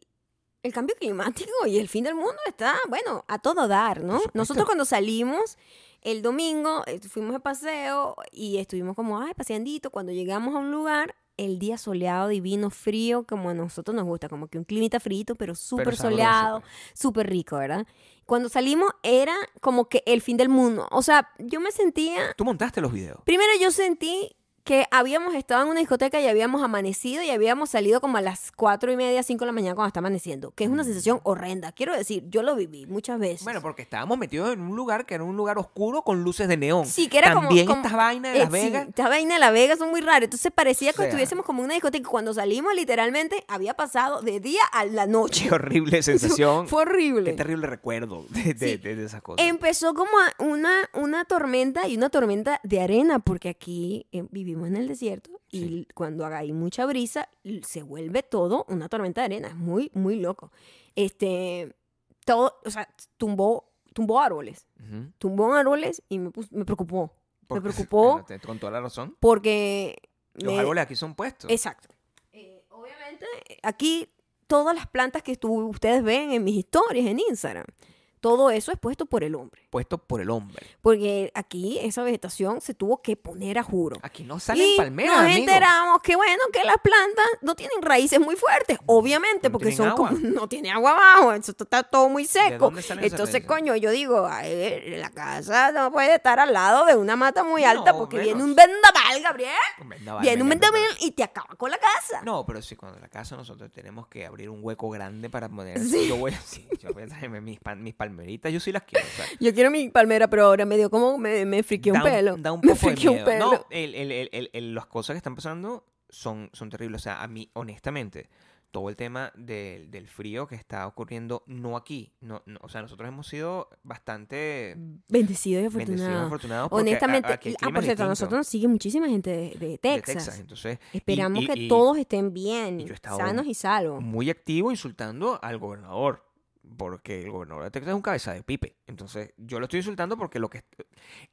S1: el cambio climático y el fin del mundo está, bueno, a todo dar, ¿no?
S2: supuesto.
S1: Nosotros cuando salimos el domingo, eh, fuimos de paseo y estuvimos como, ay, paseandito. Cuando llegamos a un lugar, el día soleado, divino, frío, como a nosotros nos gusta, como que un climita frito, pero
S2: pero
S1: súper
S2: sabroso,
S1: soleado,
S2: pues.
S1: súper rico, ¿verdad? Cuando salimos era como que el fin del mundo. O sea, yo me sentía
S2: Tú montaste los videos.
S1: Primero yo sentí que habíamos estado en una discoteca y habíamos amanecido y habíamos salido como a las cuatro y media, cinco de la mañana cuando está amaneciendo, que es una sensación horrenda. Quiero decir, yo lo viví muchas veces.
S2: Mm. Bueno, porque estábamos metidos en un lugar que era un lugar oscuro con luces de neón.
S1: Sí, que era como-
S2: También
S1: como-
S2: estas vainas de
S1: Eh,
S2: Las
S1: sí,
S2: Vegas.
S1: esta vaina de Las Vegas son muy raras. Entonces parecía que
S2: O sea.
S1: estuviésemos como en una discoteca. Cuando salimos, literalmente, había pasado de día a la noche.
S2: Qué horrible sensación.
S1: Fue horrible.
S2: Qué terrible recuerdo de, de-
S1: Sí. Em,
S2: de- de esas cosas.
S1: Empezó como a una, una tormenta y una tormenta de arena, porque aquí eh, vivimos en el desierto y
S2: Sí.
S1: l- cuando haga- hay mucha brisa l- se vuelve todo una tormenta de arena. Es muy, muy loco. Este, todo, o sea, tumbó, tumbó árboles,
S2: Ujú.
S1: tumbó árboles y me, pus- me preocupó.
S2: Porque-
S1: preocupó.
S2: bueno, te- con toda la razón.
S1: Porque.
S2: Los
S1: me-
S2: árboles aquí son puestos.
S1: Exacto. Eh, obviamente, eh, aquí todas las plantas que tú- ustedes ven en mis historias en Instagram, Todo eso es puesto por el hombre.
S2: puesto por el hombre.
S1: Porque aquí esa vegetación se tuvo que poner a juro.
S2: Aquí no salen
S1: y
S2: palmeras,
S1: nos
S2: amigo.
S1: enteramos que bueno, que las plantas no tienen raíces muy fuertes, obviamente,
S2: No
S1: porque
S2: tienen
S1: son como
S2: agua.
S1: no tiene agua abajo, eso está todo muy seco.
S2: dónde salen esas
S1: Entonces,
S2: raíces?
S1: coño, yo digo, "Ay, eh, la casa no puede estar al lado de una mata muy alta
S2: No,
S1: porque
S2: menos.
S1: viene un vendaval, Gabriel.
S2: Un vendaval,
S1: viene un
S2: venga, no,
S1: vendaval y te acaba con la casa.
S2: pero- No, pero sí, cuando la casa nosotros tenemos que abrir un hueco grande para poner.
S1: Sí.
S2: Yo voy a, sí, yo voy a traerme mis, pan- mis palmeritas, yo sí las quiero. o sea,
S1: Yo quiero mi palmera, pero ahora me dio como me, me friqué un
S2: da
S1: pelo.
S2: da un
S1: me
S2: poco de
S1: friqué un
S2: miedo.
S1: pelo.
S2: No, el- el- el- el- el- las cosas que están pasando son, son terribles. O sea, a mí, honestamente, todo el tema del, del frío que está ocurriendo, no aquí. No, no, o sea, nosotros hemos sido bastante
S1: Bendecido y
S2: bendecidos,
S1: afortunado.
S2: afortunados. Oh, porque a-
S1: Honestamente,
S2: aquí el
S1: ah,
S2: clima
S1: por
S2: es
S1: cierto, a
S2: distinto
S1: nosotros nos sigue muchísima gente de, de
S2: de
S1: Texas.
S2: Entonces, y-
S1: Esperamos
S2: y-
S1: que
S2: y
S1: todos estén bien,
S2: y yo he estado
S1: sanos y salvos.
S2: Muy activo insultando al gobernador. Porque el gobernador de Texas es un cabeza de pipe. Entonces, yo lo estoy insultando porque lo que.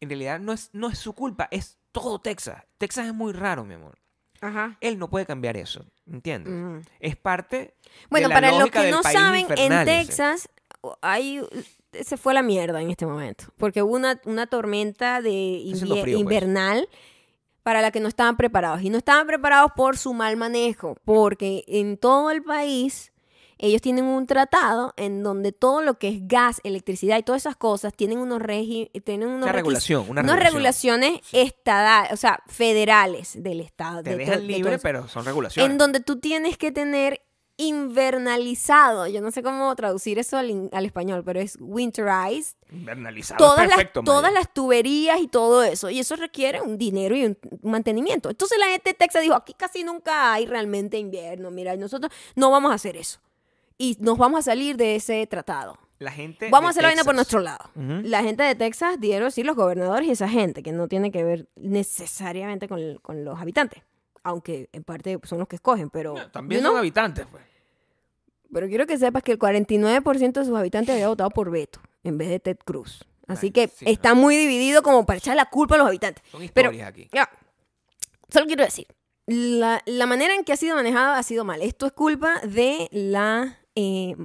S2: En realidad no es, no es su culpa, es todo Texas. Texas es muy raro, mi amor.
S1: Ajá.
S2: Él no puede cambiar eso, ¿entiendes?
S1: Ujú.
S2: Es parte
S1: Mm. Bueno,
S2: de la
S1: para los
S2: lógica
S1: que
S2: del
S1: no
S2: país ¿eh?
S1: saben, en
S2: infernal ese.
S1: Texas o- hay se fue la mierda en este momento, porque hubo una, una tormenta de
S2: haciendo
S1: invie-
S2: frío, pues.
S1: invernal para la que no estaban preparados. Y no estaban preparados por su mal manejo, porque en todo el país ellos tienen un tratado en donde todo lo que es gas, electricidad y todas esas cosas tienen unos regi tienen unos
S2: una
S1: requis-
S2: regulación. Una
S1: unas
S2: regulación.
S1: regulaciones
S2: Sí.
S1: estadales, o sea, federales del estado.
S2: Te
S1: de to- de
S2: dejan libre,
S1: todo
S2: pero son regulaciones.
S1: en donde tú tienes que tener invernalizado, yo no sé cómo traducir eso al, in- al español, pero es winterized,
S2: Invernalizado.
S1: todas,
S2: perfecto,
S1: las, todas
S2: Maya.
S1: las tuberías y todo eso, y eso requiere un dinero y un un mantenimiento. Entonces la gente de Texas dijo, aquí casi nunca hay realmente invierno, mira, y nosotros no vamos a hacer eso, y nos vamos a salir de ese tratado.
S2: La gente.
S1: Vamos
S2: de
S1: a hacer la vaina por
S2: Texas.
S1: nuestro lado.
S2: Ujú.
S1: La gente de Texas, dieron decir, los gobernadores y esa gente, que no tiene que ver necesariamente con, con los habitantes. Aunque en parte son los que escogen, pero.
S2: No, También
S1: you know,
S2: son habitantes, pues.
S1: Pero quiero que sepas que el 49% de sus habitantes había votado por Beto en vez de Ted Cruz. Así
S2: Bueno,
S1: que
S2: sí,
S1: está muy dividido como para echar la culpa a los habitantes.
S2: Son
S1: Pero-
S2: historias aquí.
S1: Ya. Solo quiero decir, la, la manera en que ha sido manejado ha sido mal. Esto es culpa de la eh,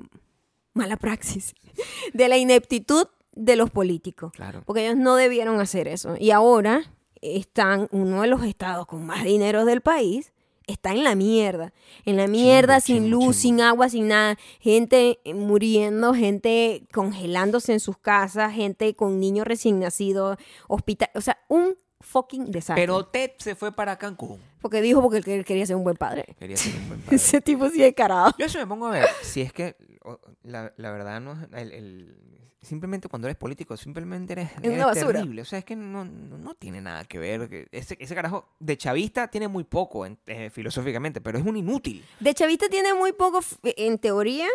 S1: mala praxis, de la ineptitud de los políticos.
S2: Claro.
S1: Porque ellos no debieron hacer eso. Y ahora están, uno de los estados con más dinero del país está en la mierda. En la mierda, sin
S2: chimbo,
S1: luz,
S2: chimbo.
S1: sin agua, sin nada. Gente eh, muriendo, gente congelándose en sus casas, gente con niños recién nacidos, hospital. O sea, un fucking desastre.
S2: Pero Ted se fue para Cancún.
S1: Porque dijo porque él que- quería ser un buen padre.
S2: Quería ser un buen padre.
S1: Ese tipo sí descarado.
S2: Yo eso me pongo a ver. Si es que o- la, la verdad no es- el- el- simplemente cuando eres político, simplemente eres,
S1: una
S2: eres
S1: basura.
S2: terrible. O sea, es que no, no, no tiene nada que ver. que Ese, ese carajo de chavista tiene muy poco en- eh, filosóficamente, pero es un inútil.
S1: De chavista tiene muy poco, f- en teoría,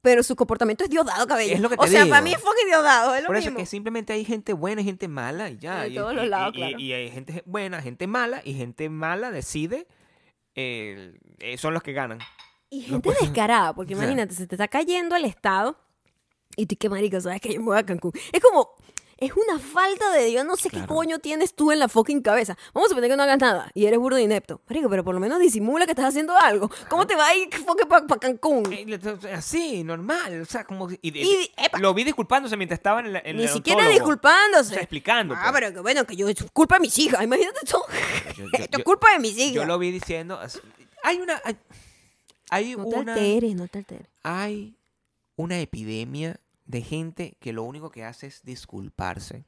S1: pero su comportamiento es Diosdado Cabello.
S2: Es lo que
S1: o
S2: te
S1: sea,
S2: digo.
S1: para mí es fucking Diosdado, es lo
S2: Por eso
S1: mismo.
S2: es que simplemente hay gente buena y gente mala y ya.
S1: De
S2: y,
S1: todos
S2: y-
S1: los
S2: y-
S1: lados,
S2: y-
S1: claro.
S2: y hay gente buena, gente mala y gente mala decide. eh, eh, son los que ganan.
S1: Y
S2: No
S1: gente
S2: puedo.
S1: descarada, porque
S2: O sea.
S1: imagínate, se te está cayendo el Estado y tú, qué marico, sabes que yo me voy a Cancún. Es como, es una falta de Dios, no sé qué
S2: Claro.
S1: coño tienes tú en la fucking cabeza. Vamos a suponer que no hagas nada y eres burdo de inepto. Marico, pero por lo menos disimula que estás haciendo algo. ¿Cómo te va a ir fucking para Cancún?
S2: Eh, le- Así, normal. O sea, como. Y, de-
S1: Y- epa.
S2: lo vi disculpándose mientras estaba en, la, en
S1: Ni
S2: el
S1: siquiera
S2: odontólogo. O
S1: disculpándose.
S2: sea, explicando.
S1: Ah,
S2: pues.
S1: pero que bueno, que yo es culpa de mis hijas. Imagínate tú.
S2: Yo- yo-
S1: Esto es
S2: yo-
S1: culpa de mis hijas.
S2: Yo lo vi diciendo. así- Hay una. Hay, hay
S1: No te
S2: una.
S1: alteres, no te alteres.
S2: Hay una epidemia de gente que lo único que hace es disculparse.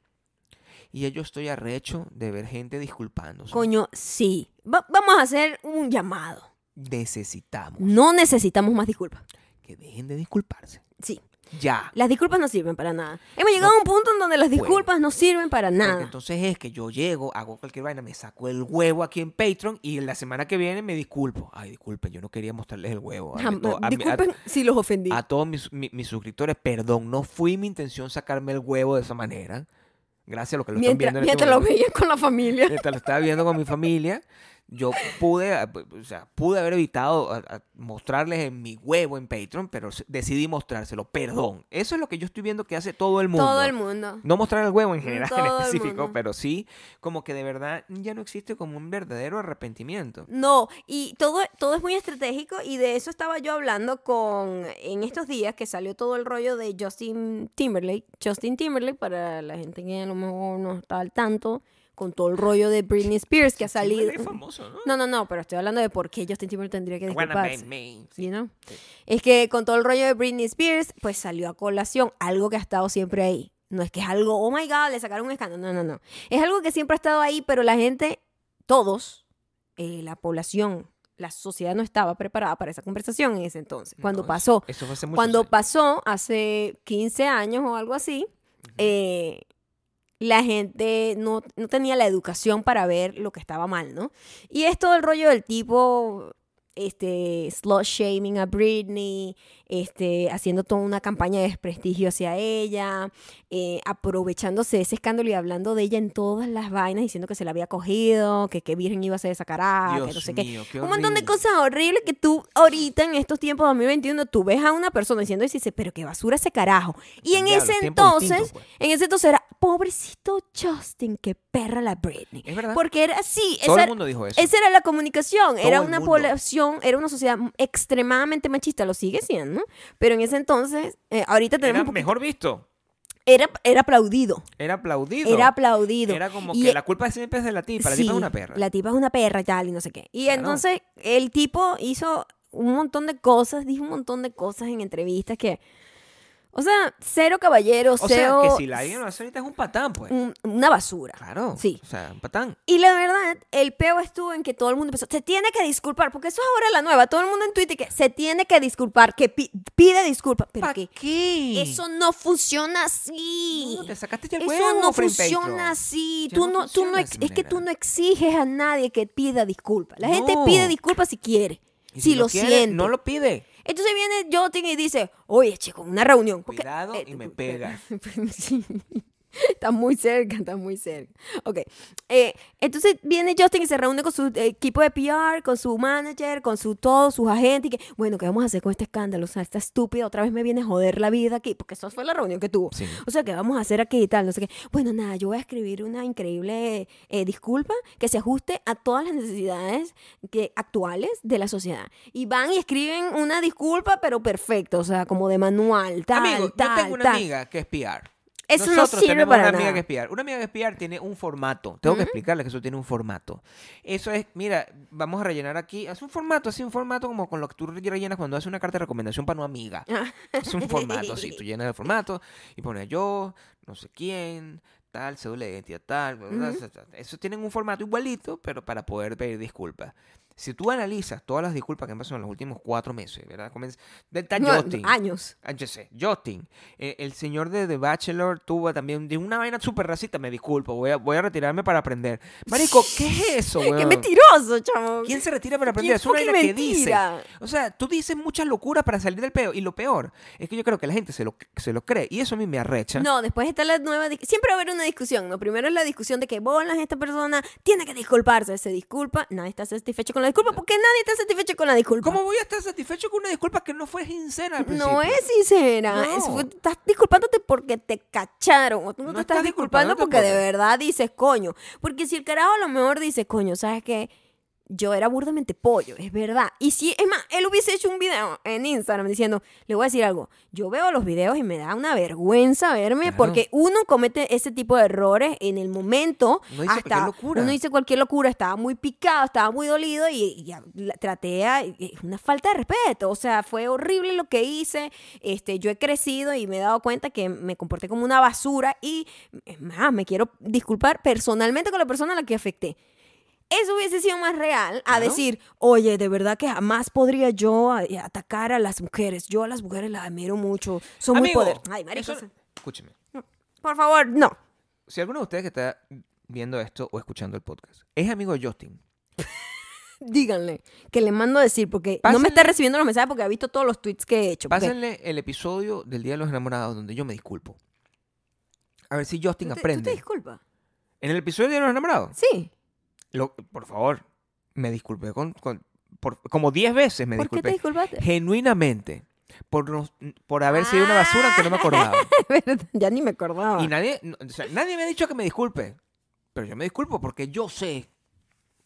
S2: Y yo estoy arrecho de ver gente disculpándose.
S1: Coño, sí. Va- vamos a hacer un llamado.
S2: Necesitamos
S1: No necesitamos más disculpas.
S2: que dejen de disculparse.
S1: Sí.
S2: Ya.
S1: Las disculpas no sirven para nada. Hemos llegado a un punto en donde las
S2: puedo.
S1: disculpas no sirven para
S2: Porque
S1: nada.
S2: entonces es que yo llego, hago cualquier vaina, me saco el huevo aquí en Patreon y la semana que viene me disculpo. Ay, disculpen, yo no quería mostrarles el huevo. A,
S1: Jamás-
S2: to- a mi- a-
S1: disculpen si los ofendí.
S2: a todos mis, mi- mis suscriptores, perdón, no fui mi intención sacarme el huevo de esa manera. Gracias a los que lo
S1: mientras
S2: están viendo. en este
S1: mientras lo
S2: momento.
S1: veían con la familia.
S2: Mientras lo estaba viendo con mi familia, Yo pude, o sea, pude haber evitado a- a mostrarles en mi huevo en Patreon, pero s- decidí mostrárselo. Perdón. Eso es lo que yo estoy viendo que hace todo el mundo.
S1: Todo el mundo. Mm,
S2: No mostrar el huevo en general, en
S1: Todo el
S2: específico,
S1: mundo.
S2: pero sí como que de verdad ya no existe como un verdadero arrepentimiento.
S1: No, y todo, todo es muy estratégico y de eso estaba yo hablando con, en estos días que salió todo el rollo de Justin Timberlake, Justin Timberlake para la gente que a lo mejor no está al tanto, con todo el rollo de Britney Spears que ha salido.
S2: Timberlake Es famoso, ¿no?
S1: No, no, no, pero estoy hablando de por qué Justin Timberlake tendría que
S2: Wanna
S1: disculparse.
S2: be me.
S1: you know?
S2: sí.
S1: Es que con todo el rollo de Britney Spears, pues salió a colación algo que ha estado siempre ahí. No es que es algo, oh my god, le sacaron un escándalo. No, no, no. Es algo que siempre ha estado ahí, pero la gente, todos, eh, la población, la sociedad no estaba preparada para esa conversación en ese entonces. Cuando
S2: No,
S1: pasó,
S2: Eso fue hace muchos
S1: cuando
S2: años.
S1: pasó hace 15 años o algo así, eh, la gente no, no tenía la educación para ver lo que estaba mal, ¿no? Y es todo el rollo del tipo, este, slot shaming a Britney, este, haciendo toda una campaña de desprestigio hacia ella, eh, aprovechándose de ese escándalo y hablando de ella en todas las vainas, diciendo que se la había cogido, que qué virgen iba a ser esa caraja, ah, que
S2: Dios
S1: no sé qué.
S2: mío, qué
S1: Un montón de
S2: horrible.
S1: cosas horribles que tú ahorita en estos tiempos 2021 tú ves a una persona diciendo y dices, pero qué basura ese carajo. Y en
S2: Ya, los
S1: ese
S2: tiempos distintos,
S1: entonces,
S2: pues.
S1: en ese entonces era, pobrecito Justin, qué perra la Britney.
S2: Es verdad.
S1: Porque era así,
S2: Todo
S1: esa,
S2: el mundo dijo eso.
S1: esa era la comunicación,
S2: Todo
S1: era
S2: el
S1: una
S2: mundo.
S1: población, era una sociedad extremadamente machista, lo sigue siendo, ¿no? Pero en ese entonces, eh, ahorita tenemos...
S2: Era
S1: un poquito-
S2: mejor visto.
S1: era, era aplaudido,
S2: Era aplaudido.
S1: era aplaudido.
S2: Era como
S1: Y
S2: que
S1: e-
S2: la culpa siempre es de la tipa. La tipa
S1: Sí,
S2: es una perra.
S1: La tipa es una perra y tal, y no sé qué. Y
S2: Claro.
S1: entonces el tipo hizo un montón de cosas, dijo un montón de cosas en entrevistas que. O sea, cero caballero,
S2: O sea,
S1: cero.
S2: que si la alguien lo hace ahorita es un patán, pues.
S1: un- una basura.
S2: Claro.
S1: Sí.
S2: O sea, un patán.
S1: Y la verdad, el peo estuvo en que todo el mundo empezó, se tiene que disculpar, porque eso es ahora la nueva, todo el mundo en Twitter que se tiene que disculpar, que pi- pide disculpas, pero
S2: ¿Para
S1: que
S2: qué?
S1: eso no funciona así.
S2: No, te sacaste ya el
S1: Eso
S2: huevo,
S1: no
S2: Fren
S1: funciona
S2: Patron.
S1: así.
S2: Ya
S1: Tú
S2: no
S1: no, tú no
S2: funciona
S1: ex-
S2: de esa
S1: es que tú
S2: manera.
S1: no exiges a nadie que pida disculpas. La gente
S2: No.
S1: pide disculpas si quiere,
S2: Y
S1: si,
S2: lo
S1: lo,
S2: quiere,
S1: siente.
S2: No lo pide.
S1: Entonces viene Jotin y dice, oye, chico, una reunión. porque- eh,
S2: Cuidado y me pegas.
S1: pues, Sí. Está muy cerca, está muy cerca. Ok. eh, entonces viene Justin y se reúne con su equipo de PR, con su manager, con su todo, sus agentes. Y que, bueno, ¿qué vamos a hacer con este escándalo? O sea, esta estúpida otra vez me viene a joder la vida aquí. Porque eso fue la reunión que tuvo.
S2: Sí.
S1: O sea, ¿qué vamos a hacer aquí y tal? No sé qué. Bueno, nada, yo voy a escribir una increíble eh, disculpa que se ajuste a todas las necesidades que, actuales de la sociedad. Y van y escriben una disculpa, pero perfecto, o sea, como de manual, tal,
S2: Amigo,
S1: tal,
S2: yo tengo una
S1: tal.
S2: amiga que es PR.
S1: Eso no
S2: Nosotros
S1: sirve
S2: tenemos
S1: para
S2: una amiga
S1: nada.
S2: que es PR. Una amiga que es PR tiene un formato. Tengo que explicarle que eso tiene un formato. Eso es, mira, vamos a rellenar aquí. Hace un formato, hace un formato como con lo que tú rellenas cuando haces una carta de recomendación para una amiga.
S1: Ah.
S2: Es un formato, sí. Tú llenas el formato y pones yo, no sé quién, tal, cédula de identidad, tal. bla, bla, bla, ta, ta. Eso tienen un formato igualito, pero para poder pedir disculpas. Si tú analizas todas las disculpas que han pasado en los últimos cuatro meses, ¿verdad? Comienza, de tal
S1: Ah, No,
S2: Justin.
S1: años.
S2: Ah, yo sé, Justin. Eh, el señor de The Bachelor tuvo también de una vaina súper racista. Me disculpo, voy a, voy a retirarme para aprender. Marico, ¿qué es eso,
S1: Qué
S2: weón?
S1: mentiroso, chamo.
S2: ¿Quién se retira para
S1: ¿Quién
S2: aprender? Es una
S1: fucking
S2: vaina que dice.
S1: mentira?
S2: O sea, tú dices muchas locuras para salir del peo. Y lo peor es que yo creo que la gente se lo, se lo cree. Y eso a mí me arrecha.
S1: No, después está la nueva. dis- Siempre va a haber una discusión, ¿no? Primero es la discusión de que bolas, esta persona tiene que disculparse. Se disculpa, nadie está satisfecho con la
S2: Eh.
S1: disculpa. porque nadie está satisfecho con la disculpa?
S2: ¿Cómo voy a estar satisfecho con una disculpa que no fue sincera al principio?
S1: No es sincera.
S2: No.
S1: es- fue- estás disculpándote porque te cacharon. O tú no,
S2: No
S1: te
S2: estás
S1: estás disculpando
S2: disculpándote
S1: porque de
S2: porque-
S1: verdad dices coño. Porque si el carajo a lo mejor dice coño, ¿sabes qué? Yo era burdamente pollo, es verdad. Y si, es más, él hubiese hecho un video en Instagram diciendo, le voy a decir algo, yo veo los videos y me da una vergüenza verme
S2: Claro.
S1: porque uno comete ese tipo de errores en el momento.
S2: Uno dice cualquier
S1: hasta
S2: locura.
S1: Uno dice cualquier locura, estaba muy picado, estaba muy dolido y, y a- la- traté a, es una falta de respeto, o sea, fue horrible lo que hice, este, yo he crecido y me he dado cuenta que me comporté como una basura y, es más, me quiero disculpar personalmente con la persona a la que afecté. Eso hubiese sido más real a
S2: Claro.
S1: decir, oye, de verdad que jamás podría yo a- atacar a las mujeres. Yo a las mujeres las admiro mucho. Son
S2: Amigo,
S1: muy poder. Ay, marico,
S2: eso- Escúcheme.
S1: Por favor, no.
S2: Si alguno de ustedes que está viendo esto o escuchando el podcast es amigo de Justin,
S1: díganle que le mando a decir porque no
S2: Pásenle-
S1: me está recibiendo los mensajes porque ha visto todos los tweets que he hecho. porque-
S2: Pásenle el episodio del Día de los Enamorados donde yo me disculpo. A ver si Justin
S1: ¿Tú te- ¿Tú te
S2: aprende.
S1: disculpas?
S2: en el episodio del Día de los Enamorados.
S1: Sí.
S2: Lo- por favor. me disculpé con, con- por- como 10 veces me
S1: ¿Por qué te
S2: disculpé.
S1: disculpaste?
S2: Genuinamente. Por, no- por haber sido una basura aunque no me acordaba.
S1: Verdad, ya ni me acordaba.
S2: Y nadie, no- o sea, nadie me ha dicho que me disculpe. Pero yo me disculpo porque yo sé.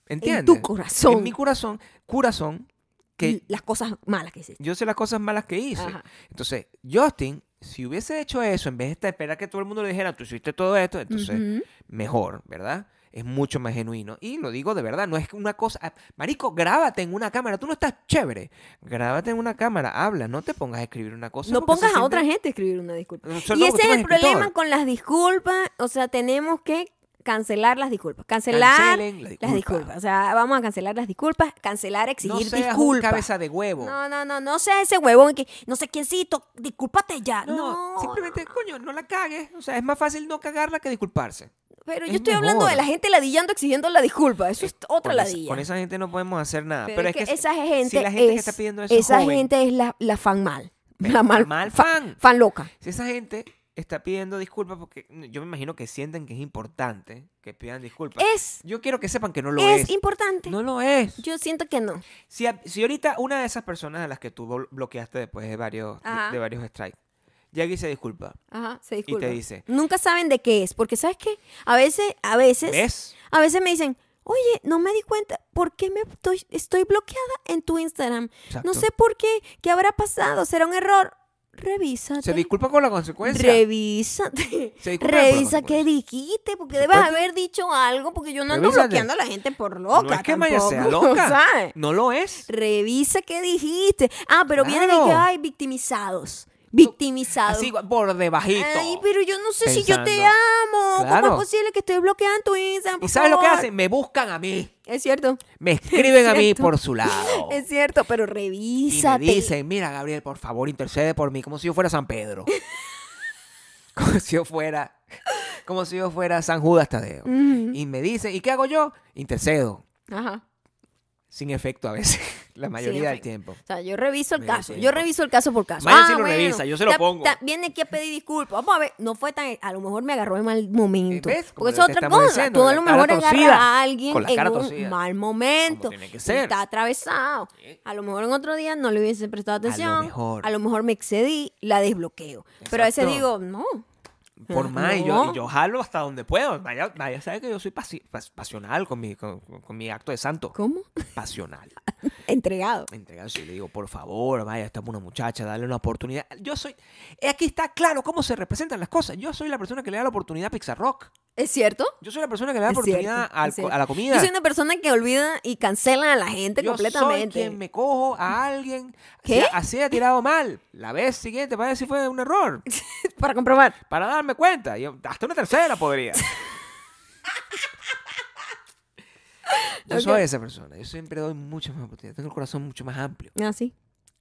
S2: ¿Entiendes?
S1: en tu corazón.
S2: En mi corazón, corazón, que
S1: Las cosas malas que hiciste.
S2: yo sé las cosas malas que hice.
S1: Ajá.
S2: Entonces, Justin, si hubiese hecho eso, en vez de estar- esperar que todo el mundo le dijera, tú hiciste todo esto, entonces,
S1: Ujú.
S2: mejor, ¿verdad? Es mucho más genuino. Y lo digo de verdad, no es una cosa... ah, Marico, grábate en una cámara, tú no estás chévere. Grábate en una cámara, habla, no te pongas a escribir una cosa.
S1: No
S2: porque se
S1: pongas a
S2: siente-
S1: otra gente a escribir una disculpa.
S2: Solo
S1: Y
S2: porque
S1: ese
S2: tú
S1: es
S2: eres
S1: el problema
S2: escritor.
S1: con las disculpas. O sea, tenemos que cancelar las disculpas. Cancelar
S2: Cancelen
S1: las
S2: la disculpa.
S1: disculpas. O sea, vamos a cancelar las disculpas. Cancelar,
S2: No
S1: exigir
S2: seas un
S1: disculpas.
S2: cabeza de huevo.
S1: No, no, no, no seas ese huevón que no sé quiéncito, discúlpate ya. No,
S2: No, simplemente, coño, no la cagues. O sea, es más fácil no cagarla que disculparse.
S1: pero yo
S2: es
S1: estoy hablando
S2: mejor. Eh,
S1: de la gente ladillando exigiendo la disculpa. Eso es otra
S2: Con, esa-
S1: ladilla.
S2: con esa gente no podemos hacer nada. Pero, es que,
S1: esa
S2: si-
S1: gente
S2: si la gente que
S1: es-
S2: está pidiendo eso
S1: esa
S2: es joven,
S1: gente es la, la fan mal.
S2: Pero
S1: La mal,
S2: mal
S1: fa-
S2: fan.
S1: fan loca.
S2: Si esa gente está pidiendo disculpas porque mm, yo me imagino que sienten que es importante que pidan disculpas.
S1: Es,
S2: yo quiero que sepan que no lo
S1: es,
S2: es.
S1: importante.
S2: No lo es.
S1: Yo siento que no.
S2: Si, a- si ahorita una de esas personas a las que tú blo- bloqueaste después de varios, de,
S1: Ajá.
S2: de varios strikes, llega y se disculpa.
S1: Ajá, se
S2: Y
S1: disculpa.
S2: te dice,
S1: Nunca saben de qué es, porque ¿sabes qué? A veces, a veces,
S2: ¿ves?
S1: a veces me dicen, oye, no me di cuenta, ¿por qué me estoy, estoy bloqueada en tu Instagram?
S2: Exacto.
S1: No sé por qué, ¿qué habrá pasado? ¿Será un error? Revísate.
S2: Se disculpa con la consecuencia.
S1: Revísate.
S2: Se disculpa con la
S1: Revisa qué
S2: consecuencia.
S1: dijiste, porque
S2: Por
S1: debes
S2: supuesto.
S1: haber dicho algo, porque yo no ando
S2: Revísate.
S1: bloqueando a la gente por loca.
S2: No es que Maya
S1: tampoco,
S2: sea loca.
S1: ¿sabes?
S2: No lo es.
S1: Revisa qué dijiste. Ah, pero viene de que
S2: Claro.
S1: hay victimizados. Victimizados.
S2: Así, por debajito.
S1: Ay, pero yo no sé si yo te
S2: Pensando.
S1: amo. ¿Cómo es
S2: Claro.
S1: posible que estoy bloqueando tu Instagram?
S2: ¿Y
S1: por
S2: sabes lo que
S1: favor?
S2: hacen? Me buscan a mí.
S1: Es cierto,
S2: Me escriben a mí
S1: cierto.
S2: por su lado.
S1: es cierto, pero
S2: Y me
S1: revísate.
S2: dicen, mira, Gabriel, por favor, intercede por mí, como si yo fuera San Pedro. como si yo fuera, como si yo fuera San Judas Tadeo.
S1: Ujú.
S2: Y me dicen, ¿y qué hago yo? Intercedo.
S1: Ajá.
S2: Sin efecto a veces, la mayoría del
S1: efecto.
S2: tiempo.
S1: O sea, yo reviso el
S2: Mira,
S1: caso.
S2: sí,
S1: Yo
S2: por-
S1: reviso el caso por caso. Ah,
S2: Maya sí lo revisa, yo se lo
S1: Ta-
S2: pongo.
S1: ta- viene aquí a pedir disculpas. Vamos a ver, no fue tan. A lo mejor me agarró en mal momento.
S2: ¿Ves? Como
S1: Porque eso
S2: te
S1: es otra
S2: estamos
S1: cosa.
S2: diciendo,
S1: Tú a
S2: la
S1: lo
S2: cara
S1: mejor agarras
S2: torcida,
S1: a alguien
S2: con la
S1: en
S2: cara
S1: un
S2: torcida.
S1: mal momento.
S2: Como tiene que ser.
S1: Está atravesado. A lo mejor en otro día no le hubiese prestado
S2: lo
S1: atención.
S2: mejor.
S1: A lo mejor me excedí, la desbloqueo. Pero a veces digo,
S2: Exacto.
S1: no.
S2: Por
S1: Ah,
S2: Maya,
S1: no.
S2: yo, yo jalo hasta donde puedo. Maya, Maya sabe que yo soy pasi- pas- pasional con mi, con, con mi acto de santo.
S1: ¿Cómo?
S2: Pasional.
S1: Entregado.
S2: entregado y le digo, por favor, vaya, estamos una muchacha, dale una oportunidad. Yo soy, aquí está claro cómo se representan las cosas. Yo soy la persona que le da la oportunidad a Pixar Rock.
S1: ¿Es cierto?
S2: Yo soy la persona que le da la
S1: Es
S2: oportunidad
S1: cierto,
S2: al
S1: es
S2: co-
S1: cierto.
S2: a la
S1: Yo
S2: comida.
S1: soy una persona que olvida y cancela a la gente
S2: Yo soy
S1: completamente.
S2: quien me cojo a alguien.
S1: ¿Qué?
S2: Si así he tirado mal. La vez siguiente para ver si fue un error.
S1: Para comprobar.
S2: Para darme cuenta. Yo- hasta una tercera podría. Yo soy
S1: Ok.
S2: esa persona. Yo siempre doy muchas más oportunidades. Tengo el corazón mucho más amplio.
S1: Ah, sí.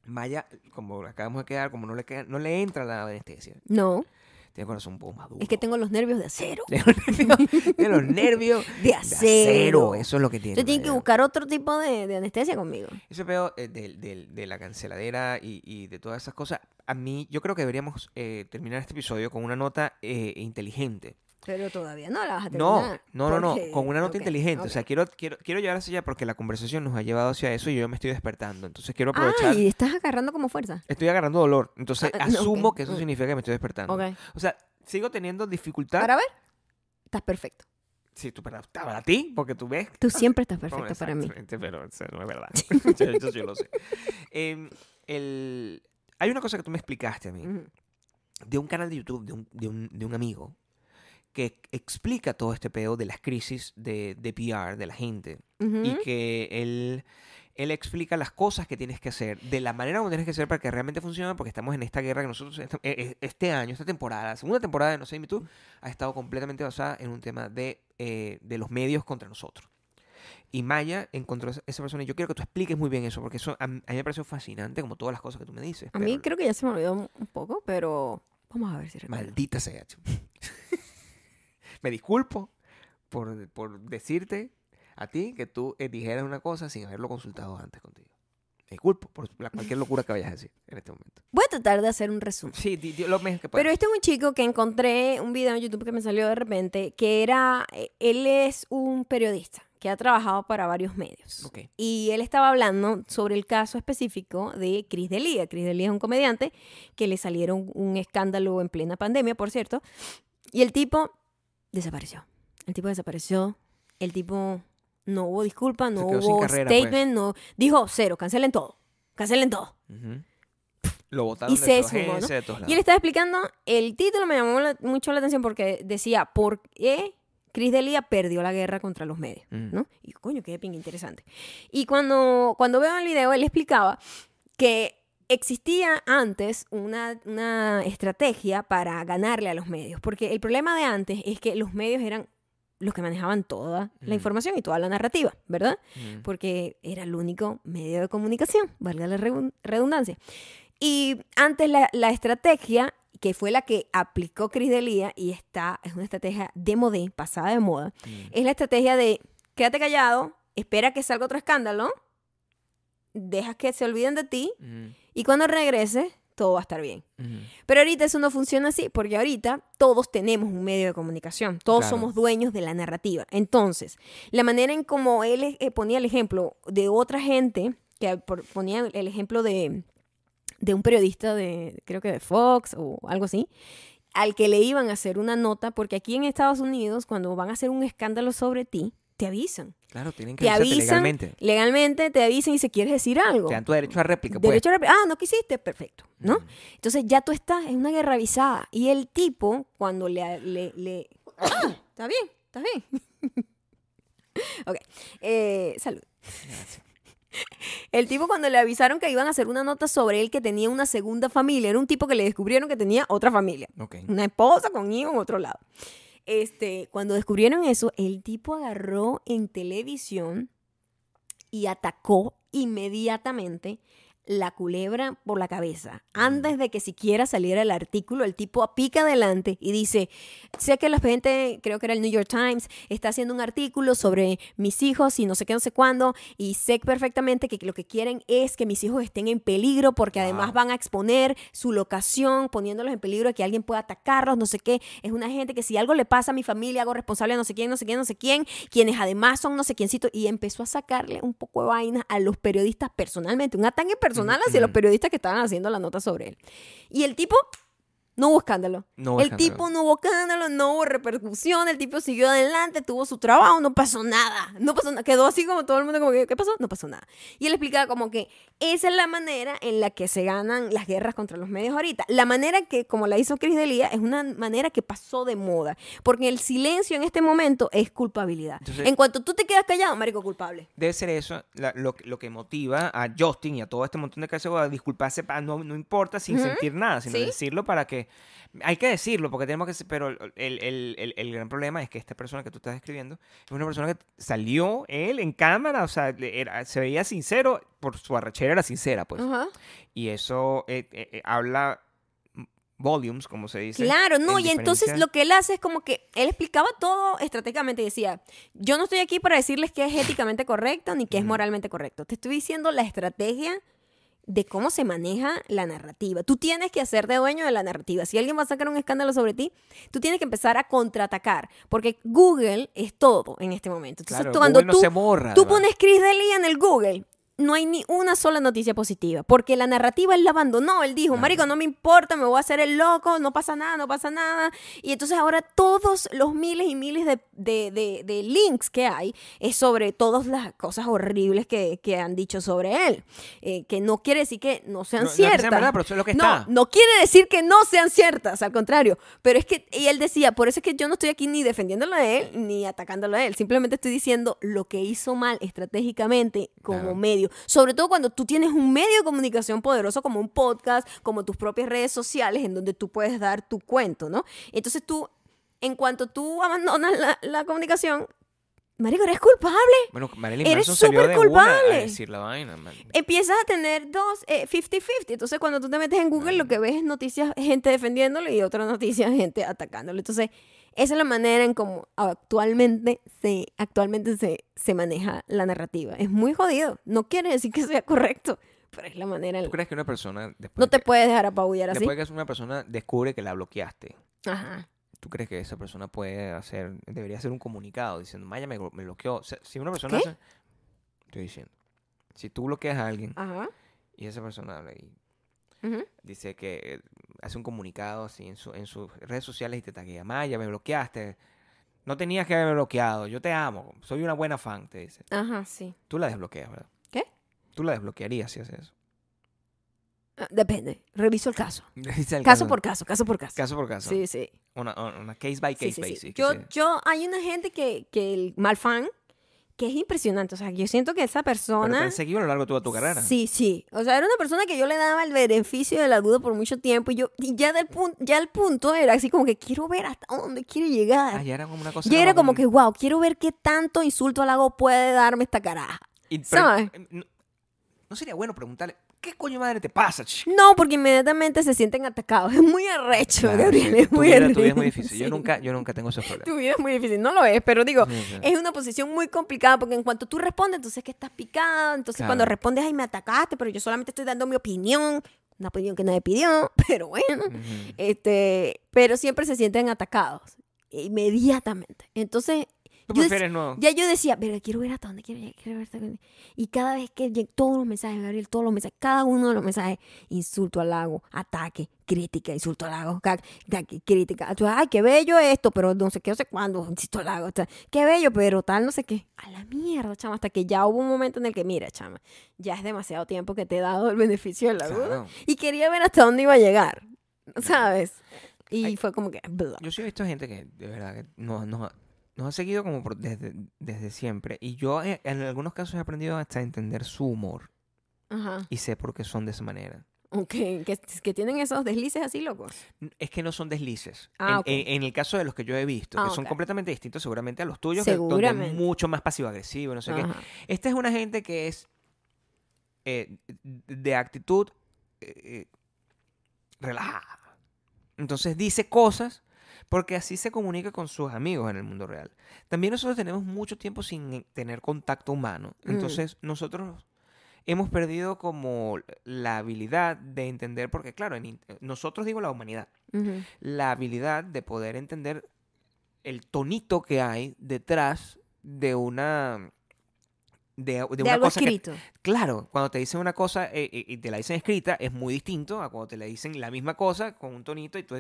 S2: Maya, como acabamos de quedar, como no le, queda- no le entra la anestesia,
S1: No.
S2: tiene el corazón un poco más duro.
S1: Es que tengo los nervios de acero.
S2: Tiene los nervios, tiene los nervios
S1: De acero.
S2: Eso es lo que tiene.
S1: Entonces tienen que
S2: Maya.
S1: buscar otro tipo de, de anestesia conmigo.
S2: Ese pedo eh, del- del- de, la canceladera y, y de todas esas cosas, a mí yo creo que deberíamos eh, terminar este episodio con una nota eh, inteligente.
S1: Pero todavía no la vas a
S2: No,
S1: terminar.
S2: no, no, no,
S1: porque-
S2: con una
S1: ok,
S2: nota inteligente. O
S1: ok.
S2: sea, quiero, quiero, quiero llevar hacia allá porque la conversación nos ha llevado hacia eso y yo me estoy despertando. Entonces quiero aprovechar.
S1: Ah, y estás agarrando como fuerza.
S2: Estoy agarrando dolor. Entonces
S1: Ah, no, ok.
S2: asumo que eso
S1: Mm.
S2: significa que me estoy despertando.
S1: Ok.
S2: O sea, sigo teniendo dificultad.
S1: Para ver, estás perfecto.
S2: Sí, tú para, ta- para ti, porque tú ves.
S1: Tú siempre estás
S2: Bueno,
S1: perfecto para mí.
S2: exactamente, Pero eso no es verdad. yo, yo sí lo sé. Em, el- hay una cosa que tú me explicaste a mí,
S1: Ujú.
S2: de un canal de YouTube, de un, de un- de un amigo, que explica todo este pedo de las crisis de, de PR de la gente.
S1: Ujú.
S2: Y que él, él explica las cosas que tienes que hacer, de la manera como tienes que hacer para que realmente funcione, porque estamos en esta guerra que nosotros, est- e- e- este año, esta temporada, la segunda temporada de No sé, dime tú, ha estado completamente basada en un tema de, eh, de los medios contra nosotros. Y Maya encontró esa- esa persona y yo quiero que tú expliques muy bien eso, porque eso a, m- a mí me pareció fascinante como todas las cosas que tú me dices.
S1: A mí
S2: pero-
S1: creo que ya se me olvidó un un poco, pero vamos a ver si recuerdo.
S2: Maldita sea. chico. me disculpo por, por decirte a ti que tú eh, dijeras una cosa sin haberlo consultado antes contigo. Me disculpo por la- cualquier locura que vayas a decir en este momento.
S1: Voy a tratar de hacer un resumen.
S2: Sí, di- di lo mejor que
S1: Pero
S2: puedas.
S1: este es un chico que encontré un video en YouTube que me salió de repente, que era, eh, él es un periodista, que ha trabajado para varios medios.
S2: Ok.
S1: Y él estaba hablando sobre el caso específico de Chris D'Elia. Chris D'Elia es un comediante que le salieron un escándalo en plena pandemia, por cierto. Y el tipo desapareció. El tipo desapareció. El tipo no hubo disculpa, no
S2: Se quedó sin
S1: hubo
S2: carrera, pues.
S1: statement, no dijo cero, cancelen todo, cancelen todo.
S2: Ujú. Lo botaron
S1: Y
S2: de
S1: se
S2: su
S1: sumó, ¿no?
S2: agencia, de todos
S1: Y él
S2: lados.
S1: estaba explicando, el título me llamó la- mucho la atención porque decía, ¿por qué Chris D'Elia perdió la guerra contra los medios?
S2: Ujú.
S1: ¿no? Y coño, qué ping interesante. Y cuando, cuando veo el video, él explicaba que existía antes una, una estrategia para ganarle a los medios, porque el problema de antes es que los medios eran los que manejaban toda la
S2: Mm.
S1: información y toda la narrativa, ¿verdad?
S2: Ujú.
S1: porque era el único medio de comunicación, valga la reun- redundancia. Y antes la, la estrategia, que fue la que aplicó Cris D'Elia, y está, es una estrategia de modé, pasada de moda,
S2: Mm.
S1: es la estrategia de quédate callado, espera que salga otro escándalo, dejas que se olviden de ti,
S2: Ujú.
S1: y cuando regreses, todo va a estar bien.
S2: Ujú.
S1: Pero ahorita eso no funciona así, porque ahorita todos tenemos un medio de comunicación, todos
S2: Claro.
S1: somos dueños de la narrativa. Entonces, la manera en como él eh, ponía el ejemplo de otra gente, que por- ponía el ejemplo de, de un periodista de, creo que de Fox o algo así, al que le iban a hacer una nota, porque aquí en Estados Unidos, cuando van a hacer un escándalo sobre ti, te avisan.
S2: Claro, tienen que
S1: Te
S2: avisarte
S1: avisan
S2: legalmente.
S1: legalmente, te avisan y si quieres decir algo.
S2: Te dan tu derecho a réplica, pues.
S1: Derecho a rep- Ah, no quisiste, perfecto, ¿no?
S2: Ujú.
S1: Entonces ya tú estás en una guerra avisada. Y el tipo, cuando le... le, le- ¡Ah! ¿Estás bien? ¿Estás bien? ok. Eh, salud. El tipo cuando le avisaron que iban a hacer una nota sobre él que tenía una segunda familia, era un tipo que le descubrieron que tenía otra familia
S2: Ok.
S1: una esposa con hijo en otro lado. Este, cuando descubrieron eso, el tipo agarró en televisión y atacó inmediatamente la culebra por la cabeza. Antes de que siquiera saliera el artículo, el tipo pica adelante y dice, sé que la gente, creo que era el New York Times, está haciendo un artículo sobre mis hijos y no sé qué, no sé cuándo, y sé perfectamente que lo que quieren es que mis hijos estén en peligro porque además
S2: Wow.
S1: van a exponer su locación, poniéndolos en peligro de que alguien pueda atacarlos, no sé qué. Es una gente que si algo le pasa a mi familia, hago responsable a no sé quién, no sé quién, no sé quién, quienes además son no sé quiéncito. Y empezó a sacarle un poco de vainas a los periodistas personalmente, un ataque personal hacia los
S2: Ujú.
S1: periodistas que estaban haciendo la nota sobre él. Y el tipo no hubo escándalo.
S2: No hubo
S1: el
S2: escándalo.
S1: tipo no hubo escándalo, no hubo repercusión, el tipo siguió adelante, tuvo su trabajo, no pasó nada. No pasó nada. Quedó así como todo el mundo como que, ¿qué pasó? No pasó nada. Y él explicaba como que esa es la manera en la que se ganan las guerras contra los medios ahorita. La manera que, como la hizo Cris Delia, es una manera que pasó de moda. Porque el silencio en este momento es culpabilidad.
S2: Entonces-
S1: en cuanto tú te quedas callado, marico, culpable.
S2: Debe ser eso la- lo, que- lo que motiva a Justin y a todo este montón de casos a disculparse, pa- no, no importa, sin
S1: Ujú,
S2: sentir nada, sino
S1: sí.
S2: decirlo para que... Hay que decirlo, porque tenemos que... se- Pero el, el- el- el gran problema es que esta persona que tú estás describiendo es una persona que salió él en cámara, o sea, le- era- se veía sincero, por su arrechera era sincera, pues.
S1: Ajá.
S2: Y eso eh, eh, eh, habla mm, volumes, como se dice.
S1: Claro, no,
S2: en
S1: y entonces
S2: diferencia.
S1: lo que él hace es como que él explicaba todo estratégicamente y decía, yo no estoy aquí para decirles qué es éticamente correcto ni qué es
S2: Ujú.
S1: moralmente correcto, te estoy diciendo la estrategia de cómo se maneja la narrativa. Tú tienes que hacerte dueño de la narrativa. Si alguien va a sacar un escándalo sobre ti, tú tienes que empezar a contraatacar, porque Google es todo en este momento. Entonces,
S2: Claro,
S1: tú- cuando
S2: Google no
S1: tú,
S2: se borra,
S1: tú
S2: además.
S1: pones Chris D'Elia en el Google, no hay ni una sola noticia positiva, porque la narrativa él la abandonó. Él dijo,
S2: Claro.
S1: marico, no me importa, me voy a hacer el loco, no pasa nada, no pasa nada. Y entonces ahora todos los miles y miles de, de- de- de links que hay es sobre todas las cosas horribles que, que han dicho sobre él, eh, que no quiere decir que no sean
S2: No- no es que sea
S1: ciertas.
S2: verdad, pero eso es lo que
S1: no,
S2: está.
S1: no quiere decir que no sean ciertas, al contrario. Pero es que, y él decía, por eso es que yo no estoy aquí ni defendiéndolo a él, ni atacándolo a él. Simplemente estoy diciendo lo que hizo mal estratégicamente como
S2: Claro.
S1: medio. Sobre todo cuando tú tienes un medio de comunicación poderoso como un podcast, como tus propias redes sociales, en donde tú puedes dar tu cuento, ¿no? Entonces tú, en cuanto tú abandonas la, la comunicación, Marico, eres culpable.
S2: Bueno, Marilyn
S1: Eres
S2: Manson salió
S1: súper
S2: de una a
S1: culpable.
S2: decir la vaina, man.
S1: Empiezas a tener dos, eh, 50-50. Entonces, cuando tú te metes en Google, lo que ves es noticias, gente defendiéndolo y otra noticia, gente atacándolo. Entonces, esa es la manera en cómo actualmente se, actualmente se, se maneja la narrativa. Es muy jodido. No quiere decir que sea correcto, pero es la manera en
S2: ¿Tú
S1: la
S2: crees que una persona después
S1: No
S2: de
S1: te puedes dejar apabullar así.
S2: Después que una persona descubre que la bloqueaste,
S1: Ajá.
S2: ¿Tú crees que esa persona puede hacer, debería hacer un comunicado diciendo, Maya me, blo- me bloqueó? O sea, si una persona...
S1: ¿Qué?
S2: hace- estoy diciendo. Si tú bloqueas a alguien
S1: Ajá.
S2: y esa persona habla y
S1: ujú.
S2: dice que eh, hace un comunicado así en, su- en sus redes sociales y te taguea, Maya, me bloqueaste. No tenías que haberme bloqueado, yo te amo, soy una buena fan, te dice.
S1: Ajá, sí.
S2: Tú la desbloqueas, ¿verdad?
S1: ¿Qué?
S2: Tú la desbloquearías si haces eso.
S1: Ah, Depende. Reviso el caso.
S2: Dice el
S1: Caso por caso, caso por caso.
S2: Caso por caso.
S1: Sí, sí.
S2: Una, una case by
S1: Sí,
S2: case
S1: sí, sí.
S2: basis. que
S1: Yo,
S2: se-
S1: yo, hay una gente que, que el mal fan, que es impresionante. O sea, yo siento que esa
S2: Pero te
S1: persona.
S2: han seguido a lo largo de toda tu carrera.
S1: Sí, sí. O sea, era una persona que yo le daba el beneficio de la duda por mucho tiempo y yo, y ya del punto, ya el punto era así como que quiero ver hasta dónde quiere llegar.
S2: Ah, ya era como una cosa.
S1: Yo era como
S2: un-
S1: que, wow, quiero ver qué tanto insulto halago puede darme esta caraja.
S2: Y- pero-
S1: ¿sabes?
S2: eh, No, no sería bueno preguntarle, ¿qué coño madre te pasa, chico?
S1: No, porque inmediatamente se sienten atacados. Es muy arrecho,
S2: Claro,
S1: Gabriel,
S2: sí,
S1: es
S2: tu
S1: muy
S2: vida-
S1: arrecho.
S2: tu vida es muy difícil. Yo,
S1: Sí.
S2: nunca, yo nunca tengo esos problemas.
S1: Tu vida es muy difícil, no lo es, pero digo,
S2: Sí, sí.
S1: es una posición muy complicada porque en cuanto tú respondes, entonces que estás picado, entonces
S2: Claro.
S1: cuando respondes, ay, me atacaste, pero yo solamente estoy dando mi opinión, una opinión que nadie pidió, pero bueno,
S2: Ujú.
S1: este, pero siempre se sienten atacados, inmediatamente. Entonces,
S2: Tú
S1: yo dec-
S2: prefieres no.
S1: ya yo decía, pero quiero ver hasta dónde quiero llegar, quiero ver hasta dónde". Y cada vez que lleg- todos los mensajes, Gabriel, todos los mensajes, cada uno de los mensajes, insulto, halago, ataque, crítica, insulto, halago, ca- ataque, crítica. Tú, Ay, qué bello esto, pero no sé qué, no sé cuándo, insulto, halago, o sea, qué bello, pero tal, no sé qué. A la mierda, chama, hasta que ya hubo un momento en el que, mira, chama, ya es demasiado tiempo que te he dado el beneficio de la duda.
S2: Claro.
S1: Y quería ver hasta dónde iba a llegar, ¿sabes? Y
S2: Ay.
S1: fue como que... bla.
S2: Yo sí he visto gente que de verdad que nos, nos ha- nos ha seguido como por- desde, desde siempre. Y yo eh, en algunos casos he aprendido hasta a entender su humor.
S1: Ajá.
S2: Y sé por qué son de esa manera.
S1: Ok, que, que tienen esos deslices así locos.
S2: N- Es que no son deslices.
S1: Ah,
S2: en,
S1: ok.
S2: en- en el caso de los que yo he visto,
S1: Ah,
S2: que son
S1: ok.
S2: completamente distintos seguramente a los tuyos, que donde es
S1: Seguramente. Ah.
S2: mucho más pasivo-agresivo, no sé qué.
S1: Ajá.
S2: Esta es una gente que es eh, de actitud eh, eh, relajada. Entonces dice cosas porque así se comunica con sus amigos en el mundo real. También nosotros tenemos mucho tiempo sin eh, tener contacto humano.
S1: Mm.
S2: Entonces nosotros hemos perdido como la habilidad de entender, porque claro, en in- nosotros digo la humanidad,
S1: Ujú.
S2: la habilidad de poder entender el tonito que hay detrás de una de, de
S1: De,
S2: una
S1: algo
S2: cosa que-
S1: escrito.
S2: claro cuando te dicen una cosa eh, eh, y te la dicen escrita es muy distinto a cuando te la dicen la misma cosa con un tonito y tú,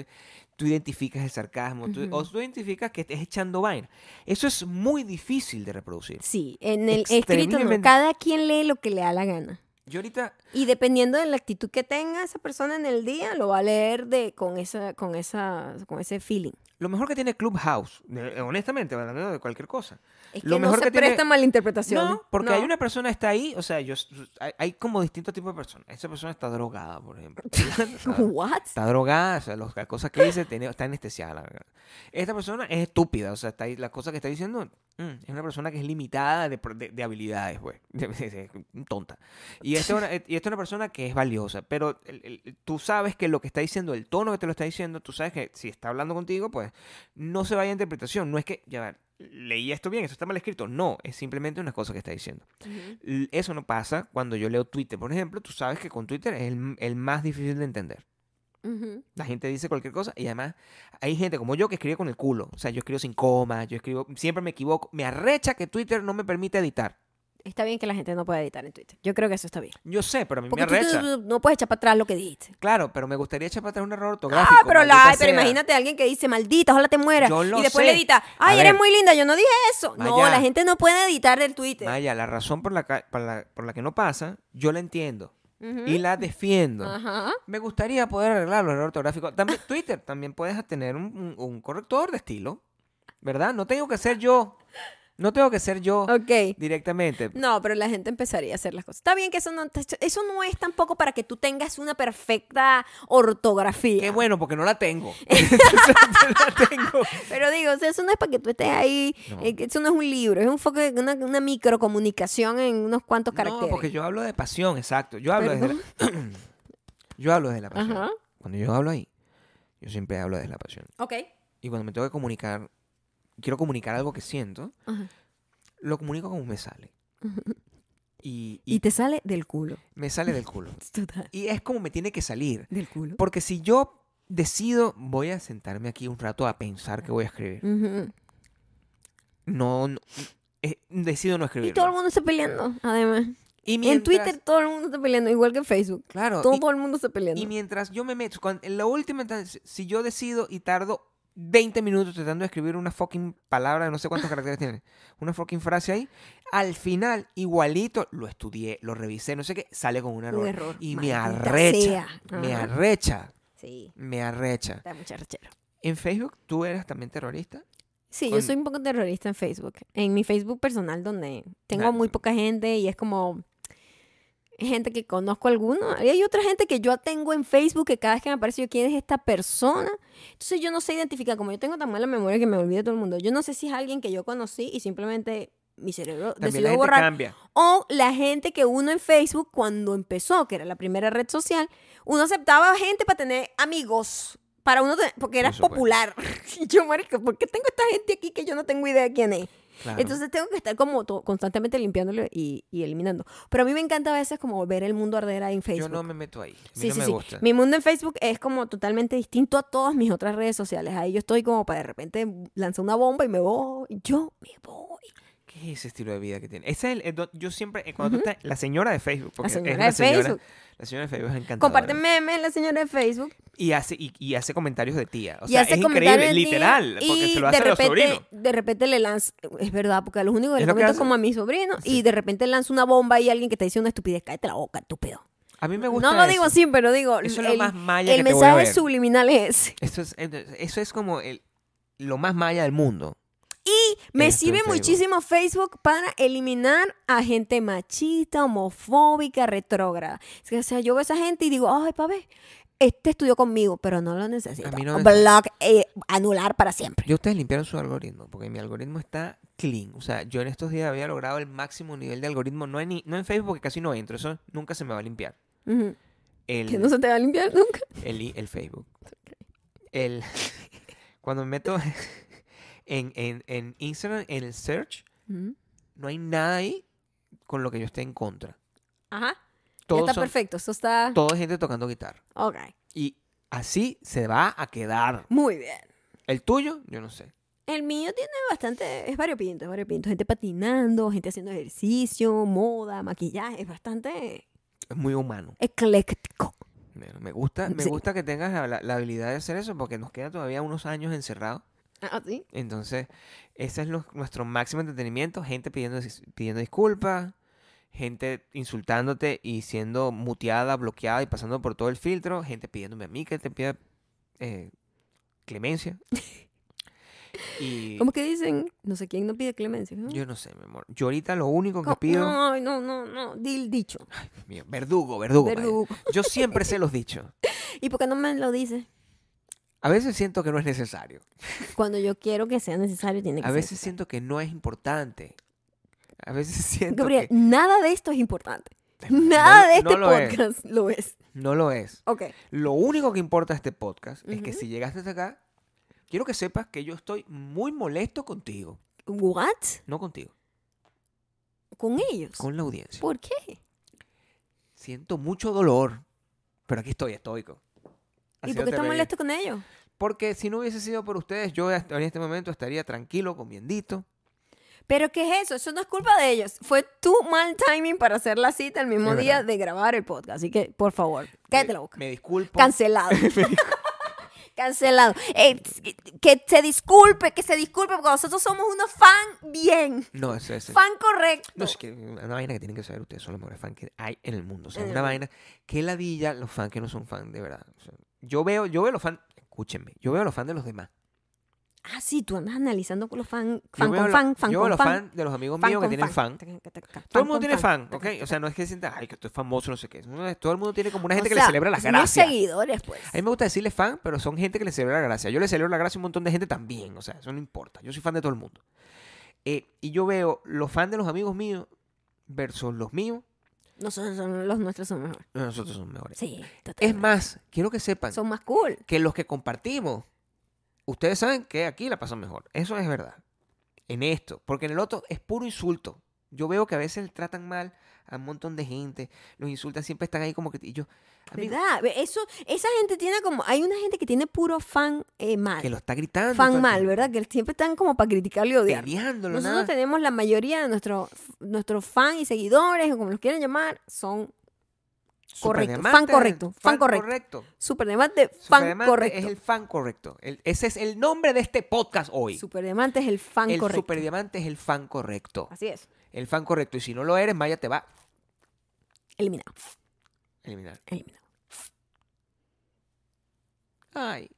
S2: tú identificas el sarcasmo tú-
S1: Ujú.
S2: o tú identificas que estés echando vaina eso es muy difícil de reproducir
S1: Sí, en el escrito no.
S2: Extremadamente-
S1: Cada quien lee lo que le da la gana.
S2: yo ahorita
S1: Y dependiendo de la actitud que tenga esa persona en el día, lo va a leer de, con, esa, con, esa, con ese feeling.
S2: lo mejor que tiene Clubhouse eh, honestamente hablando de cualquier cosa
S1: Es que
S2: Lo
S1: no
S2: mejor
S1: se
S2: que tiene-
S1: presta malinterpretación.
S2: No, porque
S1: No.
S2: hay una persona está ahí, o sea, yo hay, hay como distintos tipos de personas. Esa persona está drogada, por ejemplo. está,
S1: ¿What?
S2: está drogada, o sea, los- las cosas que dice tiene- está anestesiada. la verdad. Esta persona es estúpida, o sea, está ahí, las cosas que está diciendo mm, es una persona que es limitada de, pro- de- de habilidades, pues, tonta. Y esta, es una- y esta es una persona que es valiosa, pero el- el- tú sabes que lo que está diciendo, el tono que te lo está diciendo, tú sabes que si está hablando contigo, pues no se vaya a interpretación. No es que, ya va, leí esto bien, esto está mal escrito. No, es simplemente una cosa que está diciendo.
S1: Ujú.
S2: L- Eso no pasa cuando yo leo Twitter, por ejemplo. Tú sabes que con Twitter es el, el más difícil de entender.
S1: Ujú.
S2: La gente dice cualquier cosa y además hay gente como yo que escribe con el culo. O sea, yo escribo sin comas, yo escribo, siempre me equivoco. Me arrecha que Twitter no me permite editar.
S1: Está bien que la gente no pueda editar en Twitter. Yo creo que eso está bien.
S2: Yo sé, pero a mí
S1: Porque
S2: me
S1: tú-
S2: arrecha.
S1: tú, tú no puedes echar para atrás lo que dijiste.
S2: Claro, pero me gustaría echar para atrás un error
S1: Ah,
S2: ortográfico.
S1: pero, la,
S2: maldita
S1: ay, pero
S2: sea.
S1: imagínate a alguien que dice, maldita, ojalá te mueras.
S2: Yo lo
S1: Y después
S2: sé.
S1: le edita,
S2: A
S1: ay, eres
S2: ver.
S1: muy linda, yo no dije eso. No,
S2: Maya.
S1: la gente no puede editar el Twitter.
S2: Maya, la razón por la, ca- por la- por la que no pasa, yo la entiendo.
S1: Ujú.
S2: Y la defiendo.
S1: Ajá.
S2: Me gustaría poder arreglar los errores ortográficos. También Twitter, también puedes tener un, un- un corrector de estilo, ¿verdad? No tengo que ser yo. No tengo que ser yo
S1: Ok.
S2: directamente.
S1: No, pero la gente empezaría a hacer las cosas. Está bien que eso no, eso no es tampoco para que tú tengas una perfecta ortografía.
S2: Qué bueno, porque no la tengo. no la tengo.
S1: Pero digo, o sea, eso no es para que tú estés ahí.
S2: No.
S1: eh, que eso no es un libro, es un foco, de- una, una microcomunicación en unos cuantos
S2: No,
S1: caracteres.
S2: porque yo hablo de pasión, exacto. Yo hablo desde la, yo hablo desde la pasión.
S1: Ajá.
S2: Cuando yo hablo ahí, yo siempre hablo desde la pasión.
S1: Ok.
S2: Y cuando me tengo que comunicar, quiero comunicar algo que siento,
S1: Ajá.
S2: lo comunico como me sale. Y,
S1: Y,
S2: y
S1: te sale del culo.
S2: me sale del culo.
S1: Total.
S2: Y es como me tiene que salir.
S1: Del culo.
S2: Porque si yo decido, voy a sentarme aquí un rato a pensar qué voy a escribir.
S1: Ujú.
S2: No, no, eh, decido no escribir.
S1: Y todo el mundo está peleando, además. En Twitter todo el mundo está peleando, igual que en Facebook.
S2: claro, y-
S1: Todo el mundo está peleando.
S2: Y mientras yo me meto, cuan- en la última instancia, si yo decido y tardo 20 minutos tratando de escribir una fucking palabra de no sé cuántos caracteres tiene, una fucking frase ahí, al final, igualito, lo estudié, lo revisé, no sé qué, sale con un error.
S1: Un error,
S2: y me
S1: maldita
S2: arrecha,
S1: sea.
S2: me
S1: Ajá.
S2: arrecha,
S1: Sí,
S2: me arrecha.
S1: está mucha rechera.
S2: ¿En Facebook tú eras también terrorista?
S1: Sí,
S2: Con-
S1: yo soy un poco terrorista en Facebook. En mi Facebook personal, donde tengo
S2: Nah.
S1: muy poca gente y es como gente que conozco alguno. Y hay otra gente que yo tengo en Facebook que cada vez que me aparece yo, ¿quién es esta persona? Entonces yo no sé identificar, como yo tengo tan mala memoria que me olvido todo el mundo. Yo no sé si es alguien que yo conocí y simplemente mi cerebro
S2: También la
S1: decidió
S2: gente
S1: borrar.
S2: cambia.
S1: O la gente que uno en Facebook, cuando empezó, que era la primera red social, uno aceptaba gente para tener amigos. Para uno, tener- porque era
S2: Por supuesto.
S1: popular. Y yo, marico, ¿por qué tengo esta gente aquí que yo no tengo idea quién es?
S2: claro.
S1: Entonces tengo que estar como to- constantemente limpiándolo y, y eliminando. Pero a mí me encanta a veces como ver el mundo arder ahí en Facebook.
S2: yo no me meto ahí. A mí
S1: Sí,
S2: no
S1: sí,
S2: me
S1: sí.
S2: gusta.
S1: Mi mundo en Facebook es como totalmente distinto a todas mis otras redes sociales. Ahí yo estoy como para de repente lanzar una bomba y me voy. Yo me voy.
S2: ¿Qué es ese estilo de vida que tiene? Ese es el, el do- yo siempre, eh, cuando tú estás, la señora de Facebook, porque es
S1: señora
S2: una
S1: de
S2: señora-
S1: Facebook.
S2: la señora de Facebook es encantadora.
S1: Comparten memes la señora de Facebook.
S2: Y hace, y, y hace comentarios de tía. O
S1: y
S2: sea,
S1: hace
S2: es
S1: comentarios
S2: increíble,
S1: en ti,
S2: literal. Porque
S1: y
S2: se lo hace
S1: de repente,
S2: a los sobrinos.
S1: De repente le lanza, es verdad, porque a los únicos que
S2: Es
S1: le
S2: lo que
S1: comento
S2: hace.
S1: como a mis sobrinos,
S2: Sí.
S1: y de repente lanza una bomba y alguien que te dice una estupidez, cállate la boca, estúpido.
S2: A mí me gusta.
S1: No lo
S2: eso.
S1: digo así, pero digo,
S2: Eso es lo más maya
S1: el
S2: que te voy a
S1: mensaje
S2: ver.
S1: subliminal es ese.
S2: Eso es, eso es como el, lo más maya del mundo.
S1: Y me
S2: Esto en
S1: sirve
S2: Facebook.
S1: muchísimo Facebook para eliminar a gente machista, homofóbica, retrógrada. Es que, O sea, yo veo a esa gente y digo, ay, pa' ver, este estudió conmigo, pero no lo necesito.
S2: A mí no me-
S1: Block, eh, anular para siempre.
S2: Yo ustedes limpiaron su algoritmo, porque mi algoritmo está clean. O sea, yo en estos días había logrado el máximo nivel de algoritmo. No, hay ni, no en Facebook, porque casi no entro. Eso nunca se me va a limpiar.
S1: Ujú.
S2: El,
S1: Que no se te va a limpiar nunca.
S2: el, i- el Facebook. El, cuando me meto en, en, en Instagram, en el search,
S1: Ujú.
S2: no hay nada ahí con lo que yo esté en contra.
S1: Ajá. Ya
S2: Todos
S1: está
S2: son-
S1: perfecto. Esto está.
S2: toda gente tocando guitarra.
S1: Ok.
S2: Y así se va a quedar.
S1: Muy bien.
S2: El tuyo, yo no sé.
S1: El mío tiene bastante. Es variopinto, es variopinto. Gente patinando, gente haciendo ejercicio, moda, maquillaje. Es bastante
S2: Es muy humano.
S1: ecléctico.
S2: Me me gusta, me
S1: Sí.
S2: gusta que tengas la, la- la habilidad de hacer eso porque nos quedan todavía unos años encerrados.
S1: Ah, sí.
S2: Entonces, ese es lo- nuestro máximo entretenimiento. Gente pidiendo, dis- pidiendo disculpas, gente insultándote y siendo muteada, bloqueada y pasando por todo el filtro, gente pidiéndome a mí que te pida eh, clemencia. y
S1: ¿Cómo que dicen? No sé quién no pide clemencia. ¿no?
S2: yo no sé, mi amor. Yo ahorita lo único que
S1: ¿Cómo?
S2: pido...
S1: No, no, no, no. Di el dicho.
S2: Mío, verdugo, verdugo. vaya.
S1: Verdugo.
S2: Yo siempre se los dicho.
S1: ¿Y por qué no me lo dices?
S2: A veces siento que no es necesario.
S1: Cuando yo quiero que sea necesario, tiene que
S2: A
S1: ser.
S2: veces siento que no es importante. A veces siento
S1: Gabriel,
S2: que
S1: nada de esto es importante.
S2: no-
S1: Nada de este
S2: no lo es.
S1: podcast lo es.
S2: no lo es.
S1: Ok.
S2: Lo único que importa de este podcast es que
S1: Ujú.
S2: si llegaste hasta acá, quiero que sepas que yo estoy muy molesto contigo.
S1: ¿What?
S2: No contigo,
S1: Con ellos.
S2: con la audiencia.
S1: ¿Por qué?
S2: Siento mucho dolor, pero aquí estoy estoico.
S1: ¿Y por qué
S2: haciéndote
S1: estás
S2: reír.
S1: molesto con ellos?
S2: Porque si no hubiese sido por ustedes, yo hasta- en este momento estaría tranquilo, comiendito.
S1: Pero ¿qué es eso? Eso no es culpa de ellos. Fue tu mal timing para hacer la cita el mismo
S2: Es
S1: día
S2: verdad.
S1: de grabar el podcast. Así que, por favor, cállate la boca.
S2: Me disculpo.
S1: Cancelado. Cancelado. Eh, que se disculpe, que se disculpe, porque nosotros somos unos fan bien.
S2: No, eso es.
S1: Fan correcto.
S2: No, es que una vaina que tienen que saber ustedes son los mejores fans que hay en el mundo. O sea,
S1: En el
S2: una
S1: mundo.
S2: vaina que ladilla los fans que no son fans de verdad. O sea, yo veo, yo veo los fans, escúchenme, yo veo los fans de los demás.
S1: Ah, sí, tú andas analizando con los fan,
S2: Yo
S1: fan
S2: veo
S1: con
S2: lo-
S1: fan, fan
S2: yo veo
S1: con
S2: los
S1: fan.
S2: fans de los amigos
S1: fan
S2: míos que
S1: con
S2: tienen fan. Todo el mundo tiene fan, ¿ok? O sea, no es que sienta, ay, que estoy famoso, no sé qué. No, es- Todo el mundo tiene como una gente que le celebra las
S1: somos
S2: gracias.
S1: seguidores, pues.
S2: A mí me gusta decirle fan, pero son gente que le celebra la gracia. Yo le celebro la gracia a un montón de gente también, o sea, eso no importa. Yo soy fan de todo el mundo. Eh, y yo veo los fans de los amigos míos versus los míos,
S1: Nosotros son- los nuestros son mejores.
S2: nosotros somos mejores.
S1: Sí,
S2: Es
S1: totalmente.
S2: más, quiero que sepan
S1: Son más cool.
S2: que los que compartimos, ustedes saben que aquí la pasan mejor. Eso es verdad. En esto. Porque en el otro es puro insulto. Yo veo que a veces tratan mal a un montón de gente, los insultan, siempre están ahí como que... Y yo, amigo,
S1: ¿Verdad? Ve, Eso, esa gente tiene como, hay una gente que tiene puro fan eh, mal.
S2: que lo está gritando.
S1: fan
S2: está-
S1: mal, ¿verdad? Que siempre están como para criticarlo y odiar.
S2: Peleándolo,
S1: Nosotros
S2: nada.
S1: tenemos la mayoría de nuestros nuestros fans y seguidores, o como los quieran llamar, son correcto, fan
S2: Superdemante,
S1: correcto, fan correcto. superdemante, fan
S2: Superdemante Es
S1: correcto.
S2: el fan correcto. El- ese es el nombre de este podcast hoy.
S1: Superdemante es el fan
S2: el
S1: correcto.
S2: superdiamante es el fan correcto.
S1: Así es,
S2: El fan correcto. Y si no lo eres, Maya te va a
S1: eliminado,
S2: eliminar.
S1: eliminado.
S2: Ay,